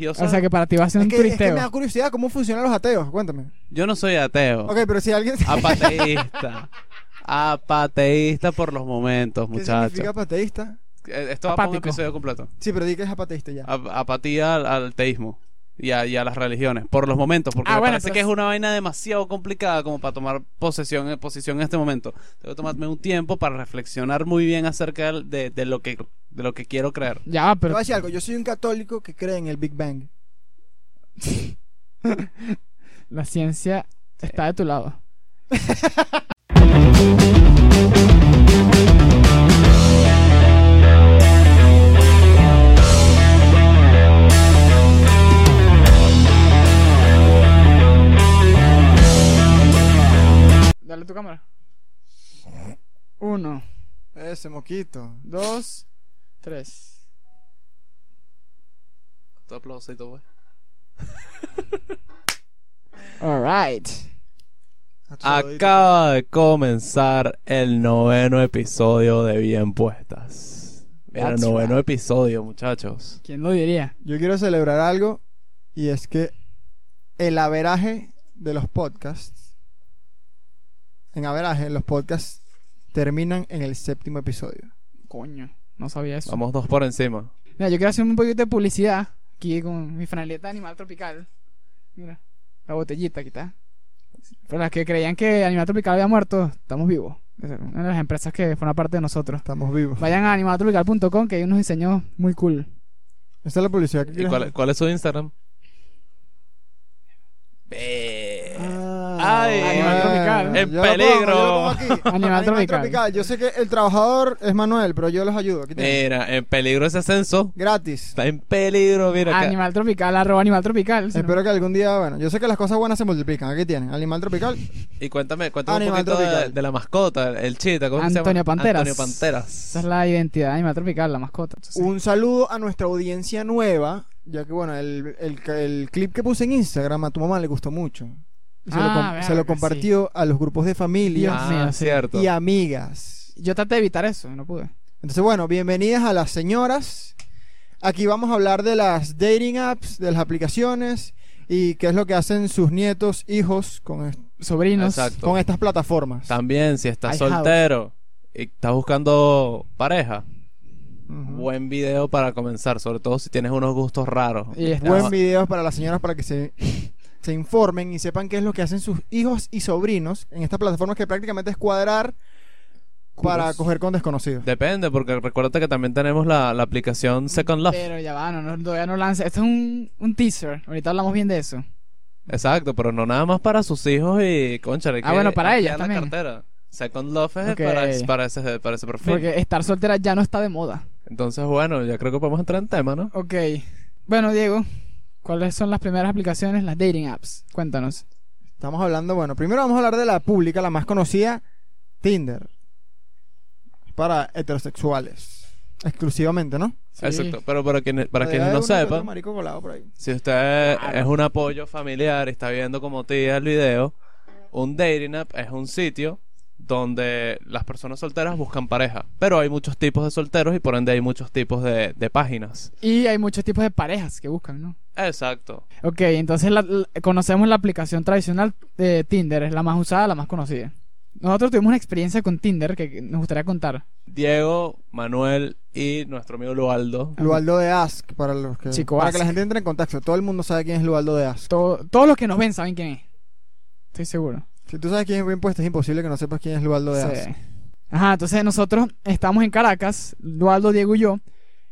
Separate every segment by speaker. Speaker 1: religiosa.
Speaker 2: O sea que para ti va a ser
Speaker 3: Es
Speaker 2: un
Speaker 3: que, es que
Speaker 2: turisteo.
Speaker 3: me da curiosidad cómo funcionan los ateos. Cuéntame.
Speaker 1: Yo no Ah, soy ateo.
Speaker 3: Ok, pero si alguien.
Speaker 1: Apateísta. Apateísta por los momentos,
Speaker 3: ¿Qué
Speaker 1: muchachos.
Speaker 3: significa apateísta?
Speaker 1: Eh, Esto va para un
Speaker 2: Apático.
Speaker 1: episodio completo.
Speaker 3: Sí, pero di que es apateísta ya.
Speaker 1: Ap- apatía al, al teísmo y a, y a las religiones, por los momentos, porque
Speaker 2: Ah,
Speaker 1: me
Speaker 2: bueno,
Speaker 1: parece
Speaker 2: pero
Speaker 1: que es
Speaker 2: es-
Speaker 1: una vaina demasiado complicada como para tomar posesión, eh, posición en este momento. Debo tomarme un tiempo para reflexionar muy bien acerca del- de, de lo, que, de lo que quiero creer.
Speaker 2: Ya va,
Speaker 3: Te voy
Speaker 2: pero
Speaker 3: a decir algo. Yo soy un católico que cree en el Big Bang.
Speaker 2: la ciencia está de tu lado. Dale tu cámara. Uno,
Speaker 3: Ese moquito.
Speaker 2: dos, tres.
Speaker 1: Tu aplauso y tu voz.
Speaker 2: All right.
Speaker 1: Acaba de comenzar el noveno episodio de Bien Puestas. Era
Speaker 2: That's
Speaker 1: noveno
Speaker 2: right.
Speaker 1: episodio, muchachos.
Speaker 2: ¿Quién lo diría?
Speaker 3: Yo quiero celebrar algo y es que el averaje de los podcasts, en averaje, los podcasts terminan en el séptimo episodio.
Speaker 2: Coño, no sabía eso.
Speaker 1: Vamos dos por encima.
Speaker 2: Mira, yo quiero hacer un poquito de publicidad aquí con mi franeleta Animal Tropical. Mira, la botellita aquí está. Para las que creían que Animal Tropical había muerto, estamos vivos. Es una de las empresas que forma parte de nosotros.
Speaker 3: Estamos vivos.
Speaker 2: Vayan a animaltropical.com que hay unos diseños muy cool.
Speaker 3: Esta es la publicidad que
Speaker 1: ¿Y
Speaker 3: quieres
Speaker 1: cuál,
Speaker 3: hacer.
Speaker 1: cuál es su Instagram? Ve.
Speaker 3: Ah,
Speaker 1: Ay,
Speaker 2: Animal Tropical.
Speaker 1: En
Speaker 3: yo Ah, lo pongo,
Speaker 1: peligro.
Speaker 3: yo lo pongo aquí.
Speaker 2: Animal Tropical.
Speaker 3: Yo sé que el trabajador es Manuel, pero yo los ayudo. Aquí tienen.
Speaker 1: Mira, en peligro ese ascenso.
Speaker 3: Gratis.
Speaker 1: Eh, Está en peligro, mira. acá.
Speaker 2: Animal Tropical, arroba Animal Tropical. si no-
Speaker 3: Espero que algún día, bueno, yo sé que las cosas buenas se multiplican. Aquí tienen, Animal Tropical.
Speaker 1: Y cuéntame, cuéntame un
Speaker 3: Animal
Speaker 1: poquito de,
Speaker 3: tropical.
Speaker 1: de la mascota, el chita, ¿cómo que se llama?
Speaker 2: Antonio Panteras.
Speaker 1: Antonio
Speaker 2: Esa es
Speaker 1: Panteras.
Speaker 2: la identidad de Animal Tropical, la mascota. Entonces,
Speaker 3: Un saludo a nuestra audiencia nueva, ya que bueno, el, el- el clip que puse en Instagram a tu mamá le gustó mucho. Se, lo,
Speaker 2: Ah,
Speaker 3: com-
Speaker 2: verga,
Speaker 3: se lo compartió a los grupos de familia
Speaker 2: Dios mío,
Speaker 1: Ah,
Speaker 2: sí.
Speaker 1: cierto.
Speaker 3: y amigas.
Speaker 2: Yo traté de evitar eso, no pude.
Speaker 3: Entonces, bueno, bienvenidas a las señoras. Aquí vamos a hablar de las dating apps, de las aplicaciones y qué es lo que hacen sus nietos, hijos con, est-
Speaker 2: Sobrinos.
Speaker 1: Exacto.
Speaker 3: con estas plataformas.
Speaker 1: También, si estás
Speaker 2: Ay,
Speaker 1: soltero y estás buscando pareja,
Speaker 3: Ujú.
Speaker 1: buen video para comenzar, sobre todo si tienes unos gustos raros.
Speaker 2: Y estás-
Speaker 3: Buen video para las señoras para que se, se informen y sepan qué es lo que hacen sus hijos y sobrinos en estas plataformas que prácticamente es cuadrar para
Speaker 2: Culos.
Speaker 3: coger con desconocidos.
Speaker 1: Depende, porque recuérdate que también tenemos la, la aplicación Second Love.
Speaker 2: Pero ya va, no, no, todavía no lanza. Esto es un, un teaser. Ahorita hablamos bien de eso.
Speaker 1: Exacto, pero no nada más para sus hijos y concha.
Speaker 2: Ah, bueno, para ellas
Speaker 1: la
Speaker 2: también.
Speaker 1: cartera. Second Love es
Speaker 2: Ok.
Speaker 1: para, para ese, para ese perfil.
Speaker 2: Porque estar soltera ya no está de moda.
Speaker 1: Entonces, bueno, ya creo que podemos entrar en tema, ¿no?
Speaker 2: Ok. Bueno, Diego, ¿cuáles son las primeras aplicaciones, las dating apps? Cuéntanos.
Speaker 3: Estamos hablando, bueno, primero vamos a hablar de la pública, la más conocida, Tinder. Es Para heterosexuales. Exclusivamente, ¿no?
Speaker 1: Exacto. Pero para quienes, para
Speaker 3: Debe
Speaker 1: quienes
Speaker 3: haber
Speaker 1: no
Speaker 3: uno que otro
Speaker 1: sepan,
Speaker 3: marico colado por ahí.
Speaker 1: si usted es un apoyo familiar y está viendo como tía el video, un dating app es un sitio donde las personas solteras buscan pareja. Pero hay muchos tipos de solteros y por ende hay muchos tipos de, de páginas.
Speaker 2: Y hay muchos tipos de parejas que buscan, ¿no?
Speaker 1: Exacto.
Speaker 2: Ok, entonces la- la- conocemos la aplicación tradicional de Tinder, es la más usada, la más conocida. Nosotros tuvimos una experiencia con Tinder que que nos gustaría contar.
Speaker 1: Diego, Manuel y nuestro amigo Lualdo.
Speaker 3: Lualdo de Ask, para los que.
Speaker 2: Chico
Speaker 3: para
Speaker 2: Ask.
Speaker 3: que la gente entre en contacto. Todo el mundo sabe quién es Lualdo de Ask.
Speaker 2: To- todos los que nos ven saben quién es. Estoy seguro.
Speaker 3: Si tú sabes quién es bien puesto, es imposible que no sepas quién es Lualdo de
Speaker 2: Sí.
Speaker 3: Ask.
Speaker 2: Ajá, entonces nosotros estamos en Caracas, Dualdo, Diego y yo,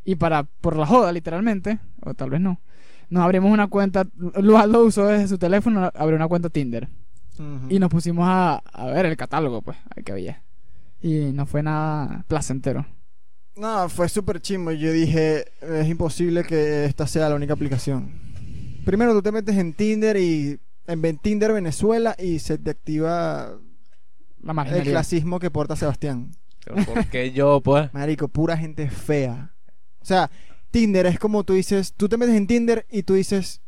Speaker 2: y para, por la joda, literalmente, o tal vez no, nos abrimos una cuenta, Dualdo usó desde su teléfono, abrió una cuenta Tinder,
Speaker 3: Ujú.
Speaker 2: y nos pusimos a, a ver el catálogo, pues, a ver qué había. Y no fue nada placentero.
Speaker 3: No, fue súper chimbo. Yo dije, es imposible que esta sea la única aplicación. Primero tú te metes en Tinder y en Ven- Tinder Venezuela y se te activa
Speaker 2: La
Speaker 3: el
Speaker 2: marginalidad.
Speaker 3: clasismo que porta Sebastián.
Speaker 1: Pero ¿Por qué yo, pues?
Speaker 3: Marico, pura gente fea. O sea, Tinder es como tú dices, tú te metes en Tinder y tú dices,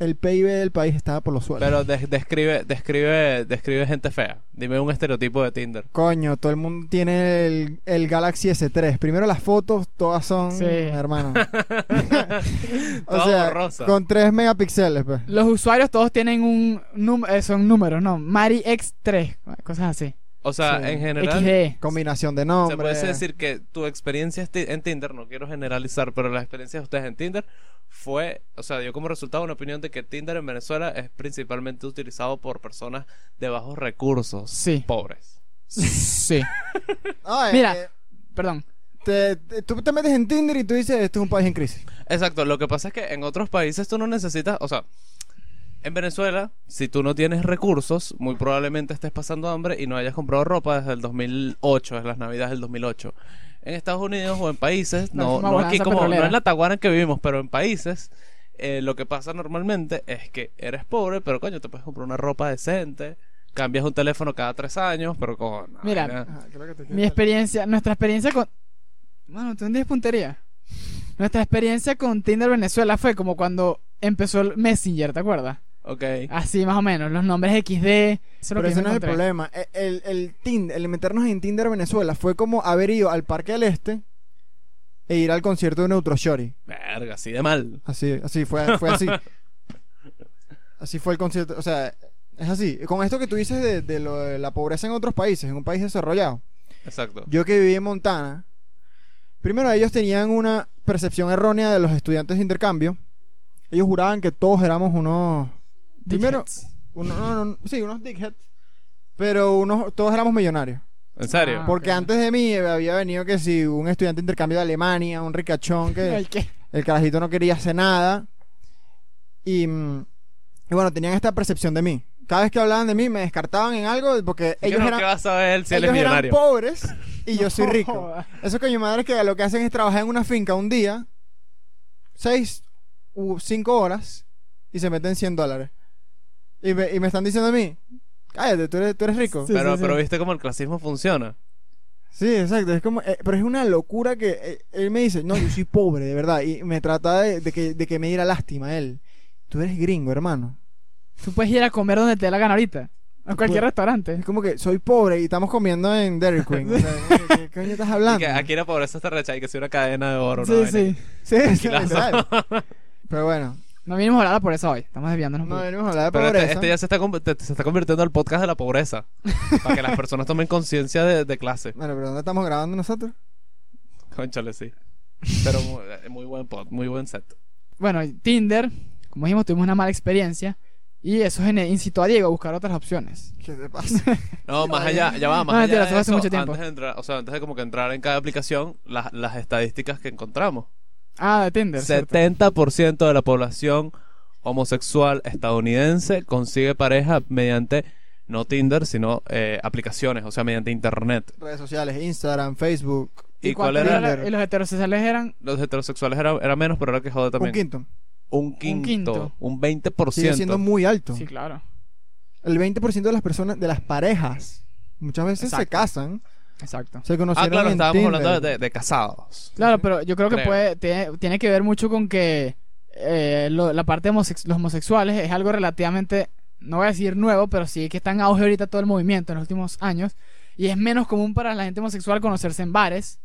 Speaker 3: el PIB del país estaba por los suelos.
Speaker 1: Pero des- describe, describe, describe gente fea. Dime un estereotipo de Tinder.
Speaker 3: Coño, todo el mundo tiene el, el Galaxy S3. Primero las fotos, todas son,
Speaker 2: Sí.
Speaker 3: hermano. o
Speaker 1: Toda
Speaker 3: sea,
Speaker 1: borrosa.
Speaker 3: con 3 megapíxeles, pues.
Speaker 2: Los usuarios todos tienen un num- eh, son números, ¿no? Mari X3, cosas así. E.
Speaker 1: O sea,
Speaker 3: Sí.
Speaker 1: en general,
Speaker 2: XD.
Speaker 3: Combinación de
Speaker 1: se
Speaker 3: nombres.
Speaker 1: puede decir que tu experiencia esti- en Tinder, no quiero generalizar, pero la experiencia de ustedes en Tinder fue, o sea, dio como resultado una opinión de que Tinder en Venezuela es principalmente utilizado por personas de bajos recursos,
Speaker 2: Sí.
Speaker 1: pobres.
Speaker 2: Sí.
Speaker 3: Ah, es
Speaker 2: Mira.
Speaker 3: que
Speaker 2: Perdón.
Speaker 3: te- te- tú te metes en Tinder y tú dices, esto es un país en crisis.
Speaker 1: Exacto, lo que pasa es que en otros países tú no necesitas, o sea, en Venezuela, si tú no tienes recursos, muy probablemente estés pasando hambre y no hayas comprado ropa desde el 2008, desde las navidades del 2008. En Estados Unidos o en países,
Speaker 2: La
Speaker 1: no,
Speaker 2: última
Speaker 1: no aquí
Speaker 2: bonanza
Speaker 1: como no
Speaker 2: petrolera.
Speaker 1: en la Taguara en que vivimos, pero en países, eh, lo que pasa normalmente es que eres pobre, pero coño, te puedes comprar una ropa decente, cambias un teléfono cada tres años, pero con...
Speaker 2: Mira,
Speaker 1: vaina-
Speaker 3: Ajá, creo que te
Speaker 2: Mi experiencia, nuestra experiencia con. Mano, tú no tienes puntería. Nuestra experiencia con Tinder Venezuela fue como cuando empezó el Messenger, ¿te acuerdas?
Speaker 1: Ok.
Speaker 2: Así más o menos, los nombres XD. Eso es lo
Speaker 3: Pero
Speaker 2: que
Speaker 3: ese
Speaker 2: yo
Speaker 3: no es el
Speaker 2: encontré.
Speaker 3: problema. El, el, el Tinder- el meternos en Tinder Venezuela fue como haber ido al Parque del Este e ir al concierto de Neutro Shorty.
Speaker 1: Verga, así de mal.
Speaker 3: Así, así, fue, fue así. así fue el concierto. O sea, es así. Con esto que tú dices de, de lo de la pobreza en otros países, en un país desarrollado.
Speaker 1: Exacto.
Speaker 3: Yo que viví en Montana, primero ellos tenían una percepción errónea de los estudiantes de intercambio. Ellos juraban que todos éramos unos. Primero,
Speaker 2: Dickheads.
Speaker 3: uno- no, no, sí, unos dickheads. Pero unos, todos éramos millonarios.
Speaker 1: ¿En serio?
Speaker 2: Ah.
Speaker 3: Porque
Speaker 2: ok.
Speaker 3: antes de mí había venido que si un estudiante de intercambio de Alemania, un ricachón que
Speaker 2: Ay, ¿qué?
Speaker 3: el carajito no quería hacer nada. Y, mm, y bueno, tenían esta percepción de mí. Cada vez que hablaban de mí me descartaban en algo porque
Speaker 1: Yo
Speaker 3: ellos
Speaker 1: no,
Speaker 3: eran,
Speaker 1: ¿Qué vas a ver él si él es
Speaker 3: ellos eran
Speaker 1: millonario?
Speaker 3: pobres y yo soy rico.
Speaker 2: Joda.
Speaker 3: Eso que mi madre que lo que hacen es trabajar en una finca un día, seis u cinco horas, y se meten 100 dólares. Y me, y me están diciendo a mí, cállate, tú eres, tú eres rico.
Speaker 2: Sí,
Speaker 1: pero,
Speaker 2: sí, sí.
Speaker 1: pero viste cómo el clasismo funciona.
Speaker 3: Sí, exacto. Es como, eh, pero es una locura que eh, él me dice, no, yo soy pobre, de verdad. Y me trata de, de que, de que me diera lástima él. Tú eres gringo, hermano.
Speaker 2: Tú puedes ir a comer donde te dé la gana ahorita. A cualquier
Speaker 3: Bueno.
Speaker 2: restaurante.
Speaker 3: Es como que soy pobre y estamos comiendo en Dairy Queen. O sea, ¿qué, qué coño estás
Speaker 1: Y
Speaker 3: hablando?
Speaker 1: que aquí la pobreza está recha y que sea una cadena de oro.
Speaker 2: sí,
Speaker 1: una vaina.
Speaker 2: sí.
Speaker 3: Sí, sí,
Speaker 1: Tranquilazo.
Speaker 3: literal. Pero bueno,
Speaker 2: No vinimos a hablar por eso hoy. Estamos desviándonos. un
Speaker 3: no
Speaker 2: poco.
Speaker 3: venimos a hablar de
Speaker 1: Pero
Speaker 3: pobreza.
Speaker 1: este, este ya se está, conv- te- se está convirtiendo en el podcast de la pobreza. para que las personas tomen conciencia de, de clase.
Speaker 3: Bueno, pero ¿dónde estamos grabando nosotros?
Speaker 1: Conchale, sí. Pero muy, eh, muy buen pod, muy buen set.
Speaker 2: Bueno, Tinder, como dijimos, tuvimos una mala experiencia. Y eso gene- incitó a Diego a buscar otras opciones.
Speaker 3: ¿Qué te pasa?
Speaker 1: No, más
Speaker 3: vaya.
Speaker 1: allá, ya va, más
Speaker 2: No,
Speaker 1: allá.
Speaker 2: mentira,
Speaker 1: de
Speaker 2: eso fue hace
Speaker 1: eso,
Speaker 2: mucho tiempo.
Speaker 1: Antes de, entrar, o sea, antes de como que entrar en cada aplicación, las, las estadísticas que encontramos.
Speaker 2: Ah, de Tinder. cierto.
Speaker 1: 70% de la población homosexual estadounidense consigue pareja mediante, no Tinder, sino eh, aplicaciones, o sea, mediante Internet.
Speaker 3: Redes sociales, Instagram, Facebook.
Speaker 1: ¿Y, cuál
Speaker 2: cuántos
Speaker 1: era?
Speaker 2: eran la- Y los heterosexuales eran.
Speaker 1: Los heterosexuales era, era menos, pero ahora que jode
Speaker 3: Un
Speaker 1: también.
Speaker 3: quinto.
Speaker 1: Un quinto. Un,
Speaker 2: quinto.
Speaker 1: 20%.
Speaker 3: Sigue siendo muy alto.
Speaker 2: Sí, claro.
Speaker 3: El 20% de las personas, de las parejas, muchas veces se
Speaker 2: Exacto.
Speaker 3: casan.
Speaker 2: Exacto.
Speaker 3: Se conocieron
Speaker 1: ah, claro,
Speaker 3: en
Speaker 1: estábamos
Speaker 3: Tinder.
Speaker 1: hablando de, de casados.
Speaker 2: Claro, pero yo creo que
Speaker 1: Creo.
Speaker 2: puede, tiene, tiene que ver mucho con que eh, lo- la parte de homosex- los homosexuales es algo relativamente, no voy a decir nuevo, pero sí que está en auge ahorita todo el movimiento en los últimos años. Y es menos común para la gente homosexual conocerse en bares.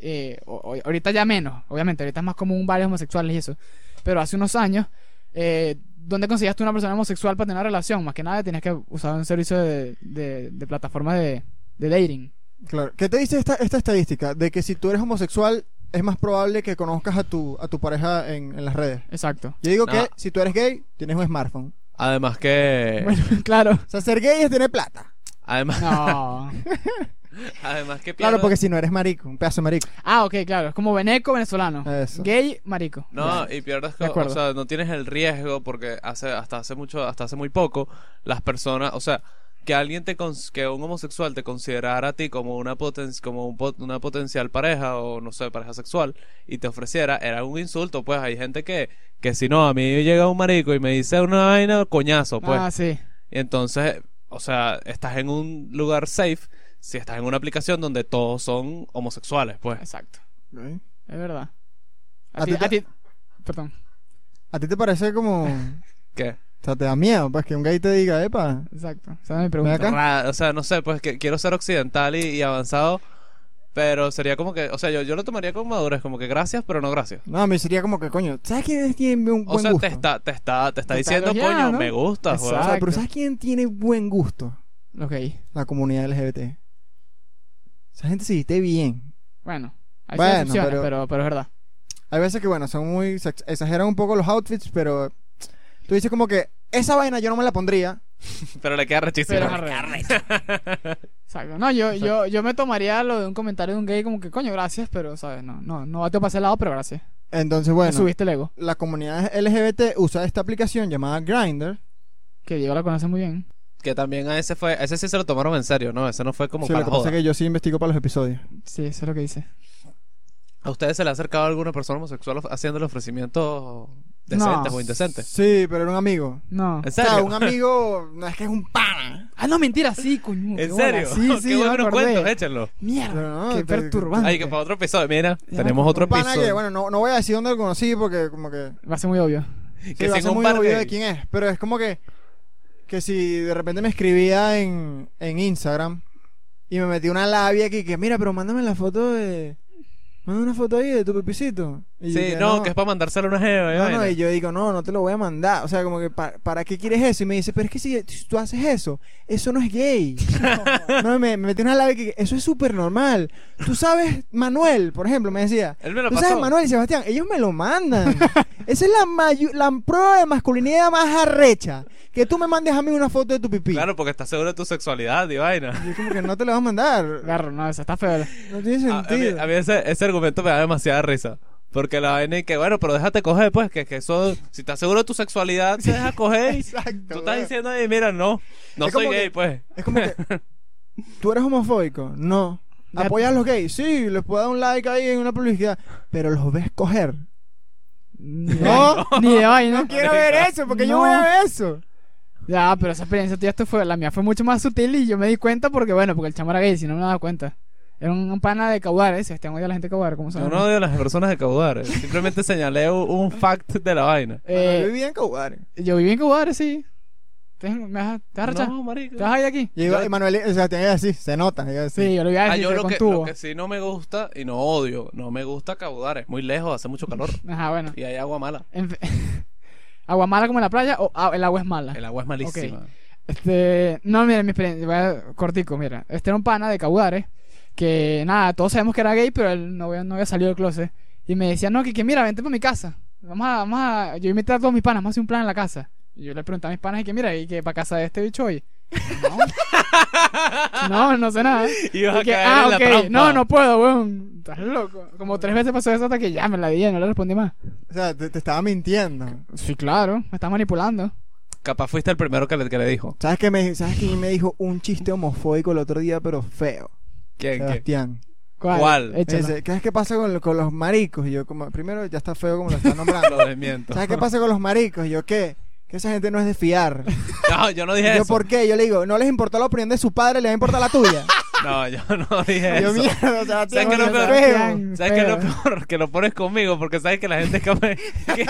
Speaker 2: eh, o- o- ahorita ya menos, obviamente, ahorita es más común bares homosexuales y eso. Pero hace unos años, eh, ¿dónde conseguías tú una persona homosexual para tener una relación? Más que nada tenías que usar un servicio de, de, de plataforma de, de dating.
Speaker 3: Claro. ¿Qué te dice esta, esta estadística? De que si tú eres homosexual, es más probable que conozcas a tu, a tu pareja en, en las redes.
Speaker 2: Exacto.
Speaker 3: Yo digo
Speaker 1: No.
Speaker 3: que si tú eres gay, tienes un smartphone.
Speaker 1: Además que.
Speaker 2: Bueno, claro.
Speaker 3: O sea, ser gay es tener plata.
Speaker 1: Además,
Speaker 2: No.
Speaker 1: además que.
Speaker 3: Claro,
Speaker 1: pierden-
Speaker 3: porque si no eres marico, un pedazo de marico.
Speaker 2: Ah, ok, claro. Es como veneco venezolano.
Speaker 3: Eso.
Speaker 2: Gay, marico.
Speaker 1: No, y pierdes co-
Speaker 2: De acuerdo.
Speaker 1: o sea, no tienes el riesgo porque hace hasta hace mucho, hasta hace muy poco las personas, o sea, que alguien te cons- que un homosexual te considerara a ti como una poten- como un pot- una potencial pareja o no sé, pareja sexual y te ofreciera era un insulto, pues hay gente que que si no a mí llega un marico y me dice una vaina coñazo, pues.
Speaker 2: ah, sí.
Speaker 1: Y entonces, o sea, estás en un lugar safe si estás en una aplicación donde todos son homosexuales, pues.
Speaker 2: Exacto.
Speaker 3: Ok.
Speaker 2: Es verdad. A,
Speaker 3: ¿A
Speaker 2: ti,
Speaker 3: ti te-
Speaker 2: a ti- Perdón.
Speaker 3: ¿A ti te parece como
Speaker 1: ¿Qué?
Speaker 3: O sea, te da miedo, pues, que un gay te diga, epa.
Speaker 2: Exacto. Esa es mi pregunta.
Speaker 3: Ven acá.
Speaker 1: Ra- O sea, no sé, pues que quiero ser occidental y, y avanzado, pero sería como que, o sea, yo, yo lo tomaría con madurez, como que gracias, pero no gracias.
Speaker 3: No, me sería como que, coño, ¿sabes quién tiene un buen
Speaker 1: O sea,
Speaker 3: gusto?
Speaker 1: te está, te está, te está
Speaker 2: Te está
Speaker 1: diciendo,
Speaker 2: elogiando,
Speaker 1: coño,
Speaker 2: ¿no?
Speaker 1: me gustas,
Speaker 3: O
Speaker 1: weón.
Speaker 3: sea, pero
Speaker 2: Exacto.
Speaker 3: ¿sabes quién tiene buen gusto?
Speaker 2: Los gays.
Speaker 3: La comunidad LGBT. Esa gente se viste bien.
Speaker 2: Bueno, hay
Speaker 3: Bueno,
Speaker 2: sus excepciones,
Speaker 3: pero-
Speaker 2: pero... Pero, es verdad.
Speaker 3: Hay veces que, bueno, son muy. se ex- exageran un poco los outfits, pero. Tú dices como que. Esa vaina yo no me la pondría.
Speaker 1: Pero le queda rechísimo.
Speaker 2: Pero es arrecho. Exacto. No, yo, yo, yo me tomaría lo de un comentario de un gay como que, coño, gracias, pero, ¿sabes? No, no, no bateo para ese lado, pero gracias.
Speaker 3: Entonces,
Speaker 2: Me
Speaker 3: bueno.
Speaker 2: subiste el ego.
Speaker 3: La comunidad LGBT usa esta aplicación llamada Grindr.
Speaker 2: Que Diego la conoce muy bien.
Speaker 1: Que también a ese fue, a ese sí se lo tomaron en serio, ¿no? Ese no fue como
Speaker 3: Sí, lo
Speaker 1: para
Speaker 3: que pasa
Speaker 1: joda.
Speaker 3: es que yo sí investigo para los episodios.
Speaker 2: Sí, eso es lo que dice.
Speaker 1: ¿A ustedes se le ha acercado alguna persona homosexual of- haciéndole ofrecimientos decentes
Speaker 2: No.
Speaker 1: o indecentes?
Speaker 3: Sí, pero era un amigo.
Speaker 2: No.
Speaker 1: ¿En
Speaker 3: O sea,
Speaker 1: serio?
Speaker 3: un amigo. No es que es un pana.
Speaker 2: Ah, no, mentira, sí, coño. qué
Speaker 1: ¿En
Speaker 2: bola.
Speaker 1: serio?
Speaker 2: Sí, sí,
Speaker 1: Qué
Speaker 2: ya me
Speaker 1: buenos
Speaker 2: acordé.
Speaker 1: cuentos, échenlo.
Speaker 2: Mierda,
Speaker 3: Pero no,
Speaker 2: qué
Speaker 3: te-
Speaker 2: perturbante.
Speaker 1: eh. Ay, que para otro episodio, mira, tenemos
Speaker 2: me
Speaker 1: otro
Speaker 3: Un pana que,
Speaker 1: episodio.
Speaker 3: bueno, no, no voy a decir dónde lo conocí porque, como que.
Speaker 2: Va a ser muy obvio.
Speaker 1: que
Speaker 3: sí, va a
Speaker 1: sin
Speaker 3: ser
Speaker 1: un
Speaker 3: muy
Speaker 1: par
Speaker 3: obvio
Speaker 1: de-
Speaker 3: de quién es. Pero es como que. Que si de repente me escribía en, en Instagram y me metí una labia aquí que, mira, pero mándame la foto de. Mándame una foto ahí de tu pepicito. Y yo
Speaker 1: Sí,
Speaker 3: que,
Speaker 1: no, que es para mandárselo a una jeva. y
Speaker 3: No, no,
Speaker 1: vaina.
Speaker 3: y yo digo, no, no te lo voy a mandar. O sea, como que, pa- ¿para qué quieres eso? Y me dice, pero es que si tú haces eso, eso no es gay. no, me, me metí una labia que eso es súper normal. Tú sabes, Manuel, por ejemplo, me decía,
Speaker 1: Él me lo
Speaker 3: Tú sabes,
Speaker 1: pasó.
Speaker 3: Manuel y Sebastián, ellos me lo mandan. Esa es la, mayu- la prueba de masculinidad más arrecha. Que tú me mandes a mí una foto de tu pipí.
Speaker 1: Claro, porque estás seguro de tu sexualidad y vaina.
Speaker 3: Yo como que no te la vas a mandar.
Speaker 2: Garro, no, esa está feo.
Speaker 3: No tiene
Speaker 1: A, a mí,
Speaker 3: sentido.
Speaker 1: a mí ese, ese argumento me da demasiada risa. Porque la vaina es que, bueno, pero déjate coger, pues, que, que eso, si estás seguro de tu sexualidad, te dejas coger y
Speaker 3: Exacto.
Speaker 1: tú estás
Speaker 3: weón.
Speaker 1: diciendo, "Ey, mira, no, no
Speaker 3: Es
Speaker 1: soy
Speaker 3: como que-
Speaker 1: gay, pues.
Speaker 3: Es como que. ¿Tú eres homofóbico? No. ¿Apoyas a los gays? Sí, les puedo dar un like ahí en una publicidad. Pero los ves coger.
Speaker 2: Ni de-
Speaker 3: No.
Speaker 2: ni de vaina.
Speaker 3: Quiero ver eso, porque yo
Speaker 2: No.
Speaker 3: voy a ver eso.
Speaker 2: Ya, pero esa experiencia tuya esto fue, la mía fue mucho más sutil y yo me di cuenta porque, bueno, porque el chamo era gay, si no me daba cuenta. Era un pana de Caguar, ¿eh? Sebastián odia a la gente de Caguar, ¿cómo
Speaker 1: Yo
Speaker 2: sabes?
Speaker 1: no odio a las personas de caudar. eh. Simplemente señalé un, un fact de la vaina.
Speaker 3: Bueno, yo
Speaker 2: eh,
Speaker 3: vivía en Caubar.
Speaker 2: yo viví en Caguar, sí. ¿Te, me vas, a- ¿Te vas a rechazar?
Speaker 1: No, marico.
Speaker 2: ¿Te vas a ir de aquí?
Speaker 3: Y iba-
Speaker 1: Yo-
Speaker 3: y Manuel, o sea, tenía así, se nota. iba así.
Speaker 2: Sí, yo lo vi
Speaker 1: Ah,
Speaker 2: a decir,
Speaker 1: yo
Speaker 2: pero
Speaker 1: lo
Speaker 2: con
Speaker 1: que, lo
Speaker 2: tubo.
Speaker 1: que sí no me gusta y no odio, no me gusta caudar. Es muy lejos, hace mucho calor
Speaker 2: Ajá, bueno.
Speaker 1: y hay agua mala.
Speaker 2: En fe- ¿Agua mala como en la playa o ah, el agua es mala?
Speaker 1: El agua es malísima.
Speaker 2: Este, no, mira, mi experiencia, voy a- cortico, mira. Este era un pana de Caudares, que nada, todos sabemos que era gay, pero él no había, no había salido del closet. Y me decía, no, que, que mira, vente para mi casa. Vamos a, vamos a, yo invité a todos mis panas, vamos a hacer un plan en la casa. Y yo le preguntaba a mis panas, y que mira, y que para casa de este bicho hoy. No, no, no sé nada.
Speaker 1: Y vas
Speaker 2: Y
Speaker 1: a
Speaker 2: que,
Speaker 1: caer
Speaker 2: ah,
Speaker 1: en la
Speaker 2: ok,
Speaker 1: trampa.
Speaker 2: no, no puedo, weón. Estás loco. Como tres veces pasó eso hasta que ya me la di, no le respondí más.
Speaker 3: O sea, te, te estaba mintiendo.
Speaker 2: Sí, claro, me estás manipulando.
Speaker 1: Capaz fuiste el primero que le, que le dijo.
Speaker 3: ¿Sabes qué me, ¿sabes quién me dijo un chiste homofóbico el otro día, pero feo?
Speaker 1: ¿Quién?
Speaker 2: Ah.
Speaker 1: quién?
Speaker 3: Sebastián.
Speaker 1: ¿Cuál?
Speaker 3: Me
Speaker 2: Échalo.
Speaker 3: dice, ¿Sabes qué pasa con, lo- con los maricos? Y yo, como, primero, ya está feo como lo están
Speaker 1: Lo
Speaker 3: nombrando.
Speaker 1: desmiento.
Speaker 3: ¿Sabes qué pasa con los maricos? Y yo, ¿qué? Que esa gente no es de fiar.
Speaker 1: No, yo no
Speaker 3: Y
Speaker 1: dije
Speaker 3: yo,
Speaker 1: eso.
Speaker 3: ¿por qué? Yo le digo, no les importó la opinión de su padre, les va a importar la tuya.
Speaker 1: No, yo no dije
Speaker 3: Y yo,
Speaker 1: eso.
Speaker 3: mierda, o sea,
Speaker 1: ¿Sabes qué es lo
Speaker 3: tío,
Speaker 1: peor?
Speaker 3: feo.
Speaker 1: ¿Sabes qué es lo
Speaker 2: Feo.
Speaker 1: peor? Que lo pones conmigo porque sabes que la gente es capaz. que-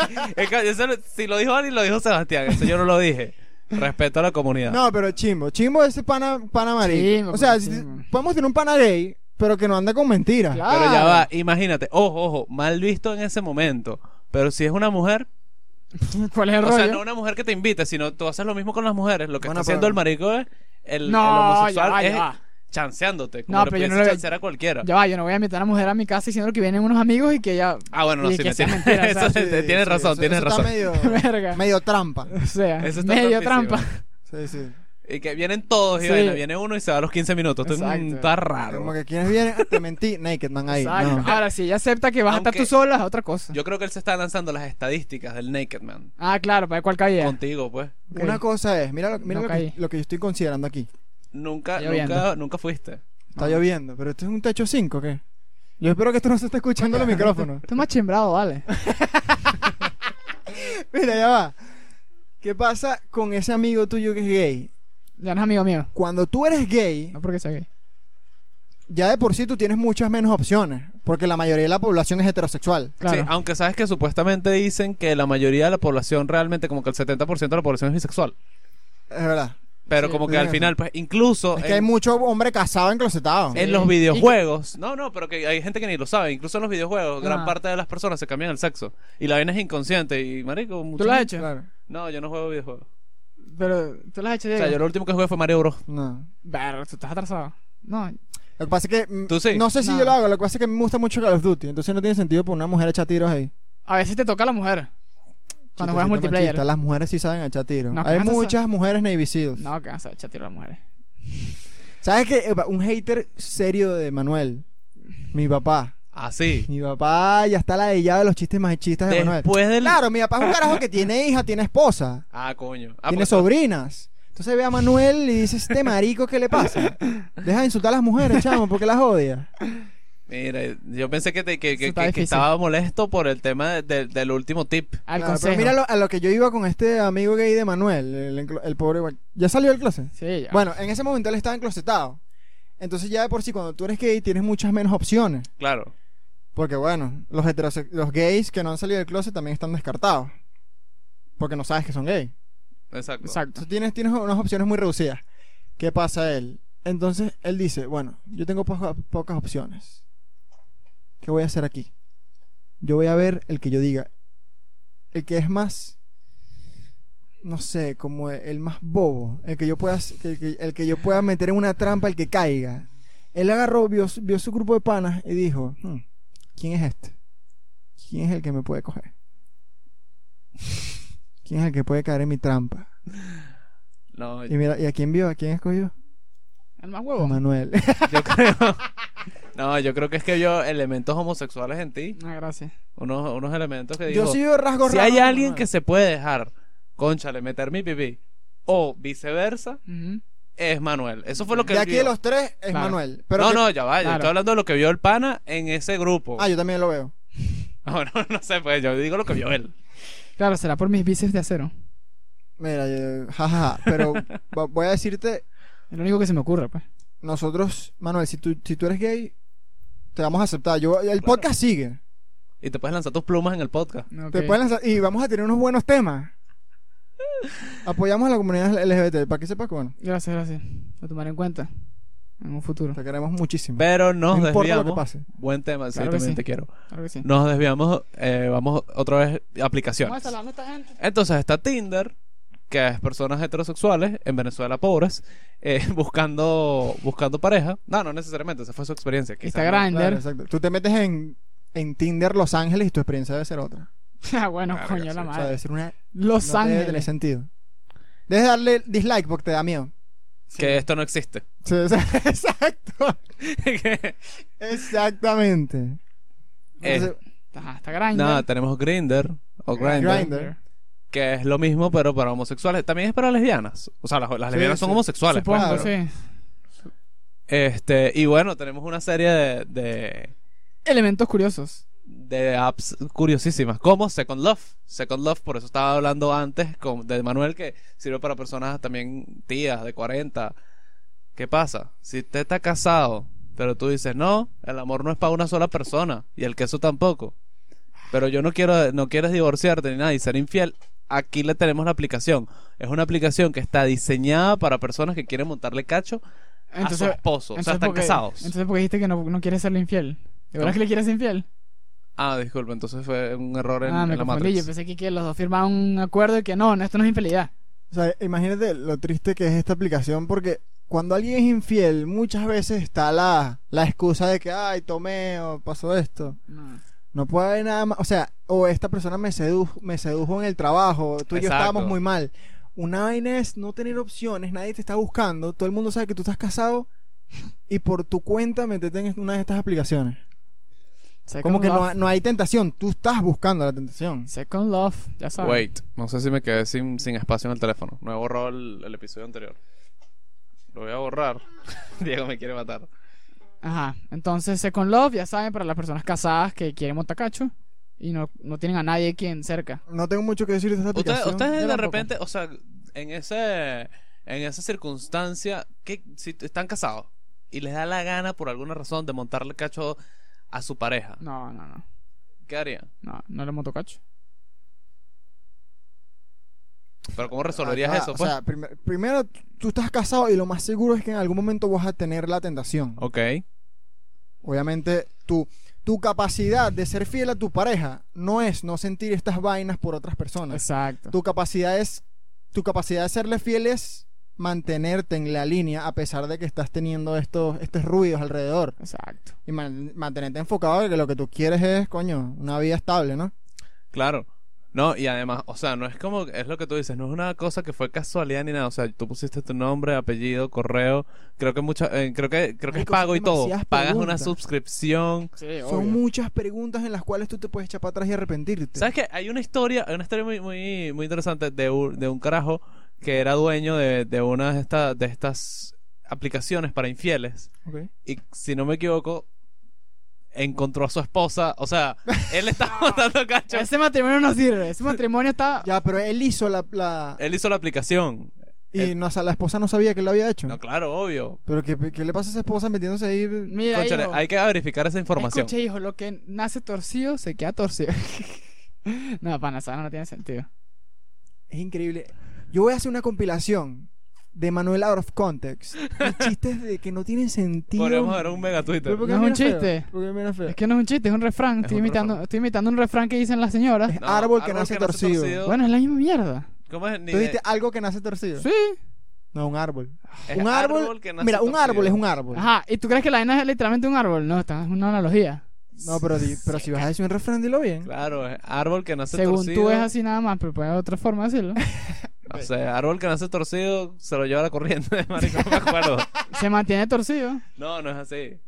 Speaker 1: es capaz- eso lo- si lo dijo alguien, lo dijo Sebastián. Eso yo no lo dije. Respeto a la comunidad.
Speaker 3: No, pero chimbo. Chimbo es ese pana, pana marico.
Speaker 2: Chimbo,
Speaker 3: o sea,
Speaker 2: porque
Speaker 3: si-
Speaker 2: chimbo.
Speaker 3: podemos tener un pana gay, pero que no anda con mentiras.
Speaker 2: Claro.
Speaker 1: Pero ya va, imagínate. Ojo, ojo, mal visto en ese momento. Pero si es una mujer,
Speaker 2: ¿Cuál es el
Speaker 1: o sea,
Speaker 2: rollo?
Speaker 1: no una mujer que te invite, sino tú haces lo mismo con las mujeres. Lo que
Speaker 3: Bueno,
Speaker 1: está haciendo
Speaker 3: pero-
Speaker 1: el marico es. El,
Speaker 2: No,
Speaker 1: el homosexual
Speaker 2: ya va, ya
Speaker 1: es
Speaker 2: va.
Speaker 1: chanceándote. Como
Speaker 2: No,
Speaker 1: le
Speaker 2: pero yo
Speaker 1: pudiese
Speaker 2: no lo veo-
Speaker 1: chancear a cualquiera.
Speaker 2: Ya va, yo no voy a invitar a una mujer a mi casa diciendo que vienen unos amigos y que ya.
Speaker 1: Ah, bueno, no,
Speaker 2: Y
Speaker 1: sí,
Speaker 2: que
Speaker 1: me
Speaker 2: sea
Speaker 1: tienes-
Speaker 2: mentira, o sea,
Speaker 1: eso te-
Speaker 3: Sí,
Speaker 1: te- tienes
Speaker 3: sí,
Speaker 1: razón,
Speaker 3: eso-
Speaker 1: tienes
Speaker 3: eso
Speaker 1: razón.
Speaker 3: Está medio,
Speaker 2: Verga.
Speaker 3: medio trampa.
Speaker 2: O sea,
Speaker 1: Eso está rotísimo.
Speaker 2: medio trampa.
Speaker 3: Sí, sí.
Speaker 1: Y que vienen todos, y
Speaker 2: Sí.
Speaker 1: vaina, viene uno y se va a los 15 minutos. Tú, mm,
Speaker 2: Exacto.
Speaker 1: Está raro.
Speaker 3: Como que quienes vienen, Ah, te mentí, naked man ahí.
Speaker 2: Exacto. Ah,
Speaker 3: No.
Speaker 2: Ahora, si ella acepta que vas a
Speaker 1: Aunque-
Speaker 2: estar tú sola, es otra cosa.
Speaker 1: Yo creo que él se está lanzando las estadísticas del Naked Man.
Speaker 2: Ah, claro, para ver cuál cabía.
Speaker 1: Contigo, pues.
Speaker 2: Ok.
Speaker 3: Una cosa es, mira, lo, mira
Speaker 2: No
Speaker 3: lo,
Speaker 2: caí.
Speaker 3: que, lo que yo estoy considerando aquí.
Speaker 1: Nunca,
Speaker 2: Yo viendo.
Speaker 1: nunca, nunca fuiste.
Speaker 3: Está
Speaker 2: Ah.
Speaker 3: lloviendo, pero esto es un techo 5, ¿qué? Yo espero que esto no se esté escuchando en los micrófonos.
Speaker 2: Tú más chimbrado, vale.
Speaker 3: Mira, ya va. ¿Qué pasa con ese amigo tuyo que es gay?
Speaker 2: Ya no es amigo mío.
Speaker 3: Cuando tú eres gay,
Speaker 2: No porque sea gay.
Speaker 3: ya de por sí tú tienes muchas menos opciones. Porque la mayoría de la población es heterosexual.
Speaker 2: Claro.
Speaker 1: Sí, aunque sabes que supuestamente dicen que la mayoría de la población realmente, como que el 70% de la población es bisexual.
Speaker 3: Es verdad.
Speaker 1: Pero
Speaker 2: Sí,
Speaker 1: como que
Speaker 3: es
Speaker 1: al
Speaker 3: eso.
Speaker 1: final, pues incluso
Speaker 3: Es
Speaker 1: en,
Speaker 3: que hay mucho hombre casado enclosetado.
Speaker 1: en
Speaker 2: Sí.
Speaker 1: los videojuegos, no, no, pero que hay gente que ni lo sabe, incluso en los videojuegos, gran
Speaker 2: Ah.
Speaker 1: parte de las personas se cambian el sexo. Y la vaina es inconsciente. Y marico, mucho.
Speaker 2: ¿Tú lo has hecho?
Speaker 3: Claro.
Speaker 1: No, yo no juego videojuegos.
Speaker 2: Pero, ¿tú lo has hecho,
Speaker 1: O
Speaker 2: Diego?
Speaker 1: sea, yo lo último que jugué fue Mario Bros.
Speaker 3: No.
Speaker 2: Ver, tú estás atrasado. No,
Speaker 3: Lo que pasa es que. mm,
Speaker 1: ¿Tú sí?
Speaker 3: No sé si
Speaker 2: No.
Speaker 3: yo lo hago, lo que pasa es que me gusta mucho Call of Duty. Entonces no tiene sentido por una mujer echar tiros ahí.
Speaker 2: a veces te toca a la mujer. Cuando juegas
Speaker 3: Chistecito
Speaker 2: multiplayer.
Speaker 3: machista, las mujeres sí saben echar tiros.
Speaker 2: No,
Speaker 3: Hay
Speaker 2: ¿qué pasa?
Speaker 3: muchas mujeres Navy Seals.
Speaker 2: No, que vas a echar tiro a las mujeres.
Speaker 3: ¿Sabes qué? Epa, Un hater serio de Manuel. Mi papá.
Speaker 1: Así.
Speaker 3: Mi papá ya está ladillado de los chistes machistas de Manuel.
Speaker 1: Después del.
Speaker 3: Claro, mi papá es un carajo que tiene hija, tiene esposa,
Speaker 1: Ah, coño. Ah,
Speaker 3: tiene
Speaker 1: porque-
Speaker 3: sobrinas. Entonces ve a Manuel y dice, este marico, ¿qué le pasa? Deja de insultar a las mujeres, chamo, porque las odia.
Speaker 1: Mira, yo pensé que, te- que,
Speaker 2: Eso
Speaker 1: que-
Speaker 2: está
Speaker 1: que- que
Speaker 2: difícil.
Speaker 1: estaba molesto por el tema de- del- del último tip.
Speaker 2: Al
Speaker 3: Claro,
Speaker 2: consejo.
Speaker 3: pero mira lo- a lo que yo iba con este amigo gay de Manuel, el, enclo- el pobre... güey. ¿Ya salió del closet?
Speaker 2: Sí, ya.
Speaker 3: Bueno, en ese momento él estaba enclosetado. Entonces ya de por sí, cuando tú eres gay, tienes muchas menos opciones.
Speaker 1: Claro.
Speaker 3: Porque bueno, los, heterose- los gays que no han salido del closet también están descartados. Porque no sabes que son gay.
Speaker 1: Exacto.
Speaker 2: Exacto.
Speaker 3: Entonces tienes, tienes unas opciones muy reducidas. ¿Qué pasa él? Entonces él dice, bueno, yo tengo poca- pocas opciones. ¿Qué voy a hacer aquí? Yo voy a ver el que yo diga. El que es más, no sé, como el más bobo. El que yo pueda, el que, el que yo pueda meter en una trampa, el que caiga. Él agarró, vio, su- vio su grupo de panas y dijo, "Hmm, ¿quién es este? ¿Quién es el que me puede coger? ¿Quién es el que puede caer en mi trampa?
Speaker 1: No,
Speaker 3: Y mira, ¿y a quién vio? ¿A quién escogió?
Speaker 2: El más
Speaker 3: A
Speaker 2: huevo.
Speaker 3: Manuel.
Speaker 1: yo creo. No, yo creo que es que vio elementos homosexuales en ti.
Speaker 2: No, Ah, gracias.
Speaker 1: Unos, unos elementos que digo.
Speaker 3: Yo sí veo rasgos
Speaker 1: si
Speaker 3: raros
Speaker 1: hay
Speaker 3: en
Speaker 1: alguien
Speaker 3: Manuel.
Speaker 1: que se puede dejar, conchale, meter mi pipí, o viceversa,
Speaker 2: Ujú.
Speaker 1: es Manuel. Eso fue lo que
Speaker 3: De
Speaker 1: él
Speaker 3: aquí
Speaker 1: vio.
Speaker 3: de los tres es
Speaker 2: Claro.
Speaker 3: Manuel. Pero
Speaker 1: no,
Speaker 3: que-
Speaker 1: no, ya va. Yo
Speaker 2: Claro.
Speaker 1: estoy hablando de lo que vio el pana en ese grupo.
Speaker 3: Ah, yo también lo veo.
Speaker 1: No, no, no sé, pues yo digo lo que vio él.
Speaker 2: Claro, será por mis bíceps de acero.
Speaker 3: Mira, yo- jajaja. Pero vo- voy a decirte,
Speaker 2: Es lo único que se me ocurre, pues.
Speaker 3: nosotros, Manuel, si tú, si tú eres gay, te vamos a aceptar. Yo, el podcast sigue.
Speaker 1: Y te puedes lanzar tus plumas en el podcast.
Speaker 2: Ok.
Speaker 3: Te pueden lanzar- y vamos a tener unos buenos temas. Apoyamos a la comunidad LGBT. Para que sepas que bueno,
Speaker 2: Gracias, gracias. Lo tomaré en cuenta. En un futuro.
Speaker 3: te queremos muchísimo.
Speaker 1: Pero nos
Speaker 3: no importa lo que
Speaker 1: desviamos.
Speaker 3: pase.
Speaker 1: Buen tema, sí,
Speaker 2: Claro que
Speaker 1: también
Speaker 2: sí.
Speaker 1: te quiero.
Speaker 2: Claro que sí.
Speaker 1: Nos desviamos, eh, vamos otra vez a
Speaker 2: Vamos
Speaker 1: aplicaciones.
Speaker 2: a hablar a esta gente.
Speaker 1: Entonces está Tinder, que es personas heterosexuales, en Venezuela pobres, eh, buscando, buscando pareja. No, no necesariamente, esa fue su experiencia. quizás
Speaker 2: Está
Speaker 1: no.
Speaker 3: Claro,
Speaker 2: Grindr.
Speaker 3: exacto. Tú te metes en, en Tinder Los Ángeles y tu experiencia debe ser otra.
Speaker 2: Ah, bueno,
Speaker 1: Claro que
Speaker 2: coño,
Speaker 1: sí,
Speaker 2: la
Speaker 3: O sea,
Speaker 2: madre.
Speaker 3: debe ser una
Speaker 2: Los
Speaker 3: no debe tener
Speaker 2: Ángeles.
Speaker 3: sentido. Debes darle dislike porque te da miedo.
Speaker 1: Que esto no existe.
Speaker 3: Sí, o sea, exacto.
Speaker 1: Que-
Speaker 3: Exactamente. Entonces,
Speaker 2: Ajá, está Grindr.
Speaker 1: Nada, tenemos Grinder o Grindr,
Speaker 3: Grindr.
Speaker 1: que es lo mismo, pero para homosexuales. También es para lesbianas. O sea, las, las
Speaker 3: Sí,
Speaker 1: lesbianas son
Speaker 3: sí.
Speaker 1: homosexuales. pues.
Speaker 2: Supongo,
Speaker 3: claro.
Speaker 2: sí.
Speaker 1: Este, y bueno, tenemos una serie de, de,
Speaker 2: Elementos curiosos.
Speaker 1: de apps curiosísimas, como Second Love. Second Love, por eso estaba hablando antes con, de Manuel, que sirve para personas también tías de 40. ¿Qué pasa? Si usted está casado, pero tú dices, no, el amor no es para una sola persona, y el queso tampoco. Pero yo no quiero, no quieres divorciarte ni nada y ser infiel. Aquí le tenemos la aplicación. Es una aplicación que está diseñada para personas que quieren montarle cacho a su
Speaker 2: Entonces,
Speaker 1: esposo. Ah, O sea,
Speaker 2: entonces
Speaker 1: están
Speaker 2: porque-
Speaker 1: casados.
Speaker 2: Entonces, porque dijiste que no, no quieres serle infiel. ¿De verdad
Speaker 1: No.
Speaker 2: que le quieres ser infiel?
Speaker 1: Ah, disculpa, entonces fue un error en,
Speaker 2: ah, me
Speaker 1: en la
Speaker 2: confundí. Yo
Speaker 1: matriz.
Speaker 2: pensé que, que los dos firmaban un acuerdo y que no, no, esto no es infidelidad.
Speaker 3: o sea, imagínate lo triste que es esta aplicación porque cuando alguien es infiel, muchas veces está la, la excusa de que, ay, tomé o pasó esto.
Speaker 2: No.
Speaker 3: No puede haber nada más. O sea, o esta persona me sedujo, me sedujo en el trabajo, tú y yo
Speaker 1: Exacto.
Speaker 3: estábamos muy mal. Una vaina es no tener opciones, nadie te está buscando, todo el mundo sabe que tú estás casado y por tu cuenta metete en una de estas aplicaciones.
Speaker 2: Second
Speaker 3: Como que
Speaker 2: love.
Speaker 3: no, no hay tentación, tú estás buscando la tentación.
Speaker 2: Second Love, ya sabes.
Speaker 1: Wait, no sé si me quedé sin, sin espacio en el teléfono. No he borrado el, el episodio anterior. Lo voy a borrar. Diego me quiere matar.
Speaker 2: Ajá. Entonces, Second Love, ya saben, para las personas casadas que quieren montacacho y no, no tienen a nadie quien cerca.
Speaker 3: No tengo mucho que decir de esta
Speaker 1: Ustedes,
Speaker 3: aplicación.
Speaker 1: ustedes
Speaker 2: yo
Speaker 1: de
Speaker 2: tampoco.
Speaker 1: repente, o sea, en ese en esa circunstancia, que si t- están casados y les da la gana por alguna razón de montarle cacho a su pareja,
Speaker 2: No, no, no.
Speaker 1: ¿qué harían?
Speaker 2: No, no le motocacho.
Speaker 1: ¿Pero cómo resolverías
Speaker 3: Ah,
Speaker 1: eso?
Speaker 3: O
Speaker 1: Pues?
Speaker 3: sea, primer- primero tú estás casado y lo más seguro es que en algún momento vas a tener la tentación.
Speaker 1: ok,
Speaker 3: Obviamente, tu, tu capacidad de ser fiel a tu pareja no es no sentir estas vainas por otras personas.
Speaker 2: Exacto.
Speaker 3: Tu capacidad es. Tu capacidad de serle fiel es mantenerte en la línea a pesar de que estás teniendo estos, estos ruidos alrededor.
Speaker 2: Exacto.
Speaker 3: Y man- mantenerte enfocado de que lo que tú quieres es, coño, una vida estable, ¿no?
Speaker 1: claro. No, y además, o sea, no es como, es lo que tú dices, no es una cosa que fue casualidad ni nada, o sea, tú pusiste tu nombre, apellido, correo, creo que mucha, eh, creo que, creo que es
Speaker 3: Marico, son
Speaker 1: pago y todo,
Speaker 3: demasiadas
Speaker 1: pagas una
Speaker 3: preguntas.
Speaker 1: suscripción,
Speaker 2: Sí,
Speaker 3: Son muchas preguntas en las cuales tú te puedes echar para atrás y arrepentirte.
Speaker 1: ¿Sabes qué? Hay una historia, hay una historia muy, muy, muy interesante de un, de un carajo que era dueño de, de una de, esta- de estas aplicaciones para infieles.
Speaker 3: Ok.
Speaker 1: Y si no me equivoco, encontró a su esposa. O sea, él le estaba montando cacho.
Speaker 2: Ese matrimonio no sirve. Ese matrimonio está.
Speaker 3: Ya, pero él hizo la... la-
Speaker 1: Él hizo la aplicación.
Speaker 3: y no, o sea, la esposa no sabía que él lo había hecho.
Speaker 1: No, claro, obvio.
Speaker 3: Pero ¿qué, qué le pasa a esa esposa metiéndose ahí?
Speaker 2: Mira,
Speaker 1: Cónchale,
Speaker 2: hijo,
Speaker 1: hay que verificar esa información.
Speaker 2: Escucha, hijo, lo que nace torcido se queda torcido. no, pana, esa no tiene sentido.
Speaker 3: Es increíble. Yo voy a hacer una compilación de Manuel Out of Context. De chistes de que no tienen sentido.
Speaker 1: Podríamos ver un mega Twitter.
Speaker 3: ¿Por qué
Speaker 2: No es un
Speaker 3: mira feo?
Speaker 2: chiste.
Speaker 3: ¿Por qué mira feo?
Speaker 2: Es que no es un chiste, es un refrán.
Speaker 1: Es
Speaker 2: Estoy
Speaker 1: un
Speaker 2: imitando,
Speaker 1: refrán.
Speaker 2: estoy imitando un refrán que dicen las señoras.
Speaker 3: Es árbol que nace torcido.
Speaker 2: Bueno, es la misma mierda.
Speaker 1: ¿Cómo es? Ni
Speaker 3: ¿Tú
Speaker 1: de-
Speaker 3: dijiste algo que nace torcido?
Speaker 2: Sí.
Speaker 3: No, un árbol.
Speaker 1: es
Speaker 3: un árbol.
Speaker 1: que nace
Speaker 3: Mira, un
Speaker 1: torcido.
Speaker 3: árbol es un árbol.
Speaker 2: Ajá, ¿y tú crees que la vaina es literalmente un árbol? No, está, es una analogía.
Speaker 3: No, pero, di- pero si vas a decir un refrán, dilo bien.
Speaker 1: Claro, es árbol que nace
Speaker 2: Según
Speaker 1: torcido.
Speaker 2: tú es así nada más, pero puede haber otra forma de decirlo.
Speaker 1: O sea, árbol que nace torcido se lo lleva la corriente, marico, no me acuerdo.
Speaker 2: se mantiene torcido.
Speaker 1: No, no es así.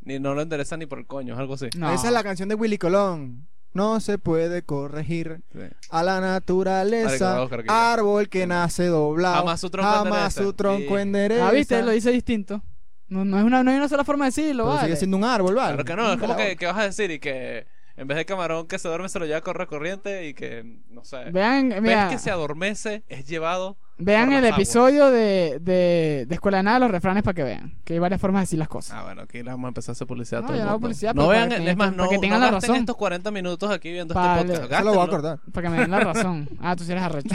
Speaker 1: Ni no lo interesa ni por el coño, es algo así.
Speaker 2: No. Ah,
Speaker 3: Esa es la canción de Willy Colón. No se puede corregir
Speaker 1: Sí.
Speaker 3: a
Speaker 1: Marico,
Speaker 3: la
Speaker 1: voy a
Speaker 3: naturaleza.
Speaker 1: buscar aquí.
Speaker 3: Árbol que nace doblado.
Speaker 1: Jamás su tronco
Speaker 3: Jamás
Speaker 1: endereza.
Speaker 3: su tronco
Speaker 1: Sí.
Speaker 3: endereza.
Speaker 2: Ah, viste, lo dice distinto. No, no, es una, no hay una sola forma de decirlo,
Speaker 3: Pero
Speaker 2: vale.
Speaker 3: sigue siendo un árbol, ¿vale?
Speaker 1: Claro que no, es como
Speaker 3: Claro.
Speaker 1: que, que vas a decir y que en vez de camarón que se duerme se lo lleva a correr corriente y que, no sé.
Speaker 2: Vean, mira,
Speaker 1: Pez que se adormece es llevado.
Speaker 2: vean
Speaker 1: por las
Speaker 2: el
Speaker 1: aguas.
Speaker 2: episodio de, de, de Escuela de Nada, los refranes para que vean. Que hay varias formas de decir las cosas.
Speaker 1: Ah, bueno, aquí le vamos a empezar a hacer publicidad. a
Speaker 2: No,
Speaker 1: todo el
Speaker 2: yo no hago
Speaker 1: mundo.
Speaker 2: publicidad,
Speaker 1: No
Speaker 2: pero
Speaker 1: vean,
Speaker 2: para que-
Speaker 1: es más, no,
Speaker 2: para que tengan
Speaker 1: no
Speaker 2: la
Speaker 1: gasten
Speaker 2: razón.
Speaker 1: estos 40 minutos aquí viendo
Speaker 2: Vale.
Speaker 1: este podcast.
Speaker 3: Se lo voy a
Speaker 1: gástenlo.
Speaker 3: acordar.
Speaker 2: Para que me den la razón. Ah, tú sí eres arrecho.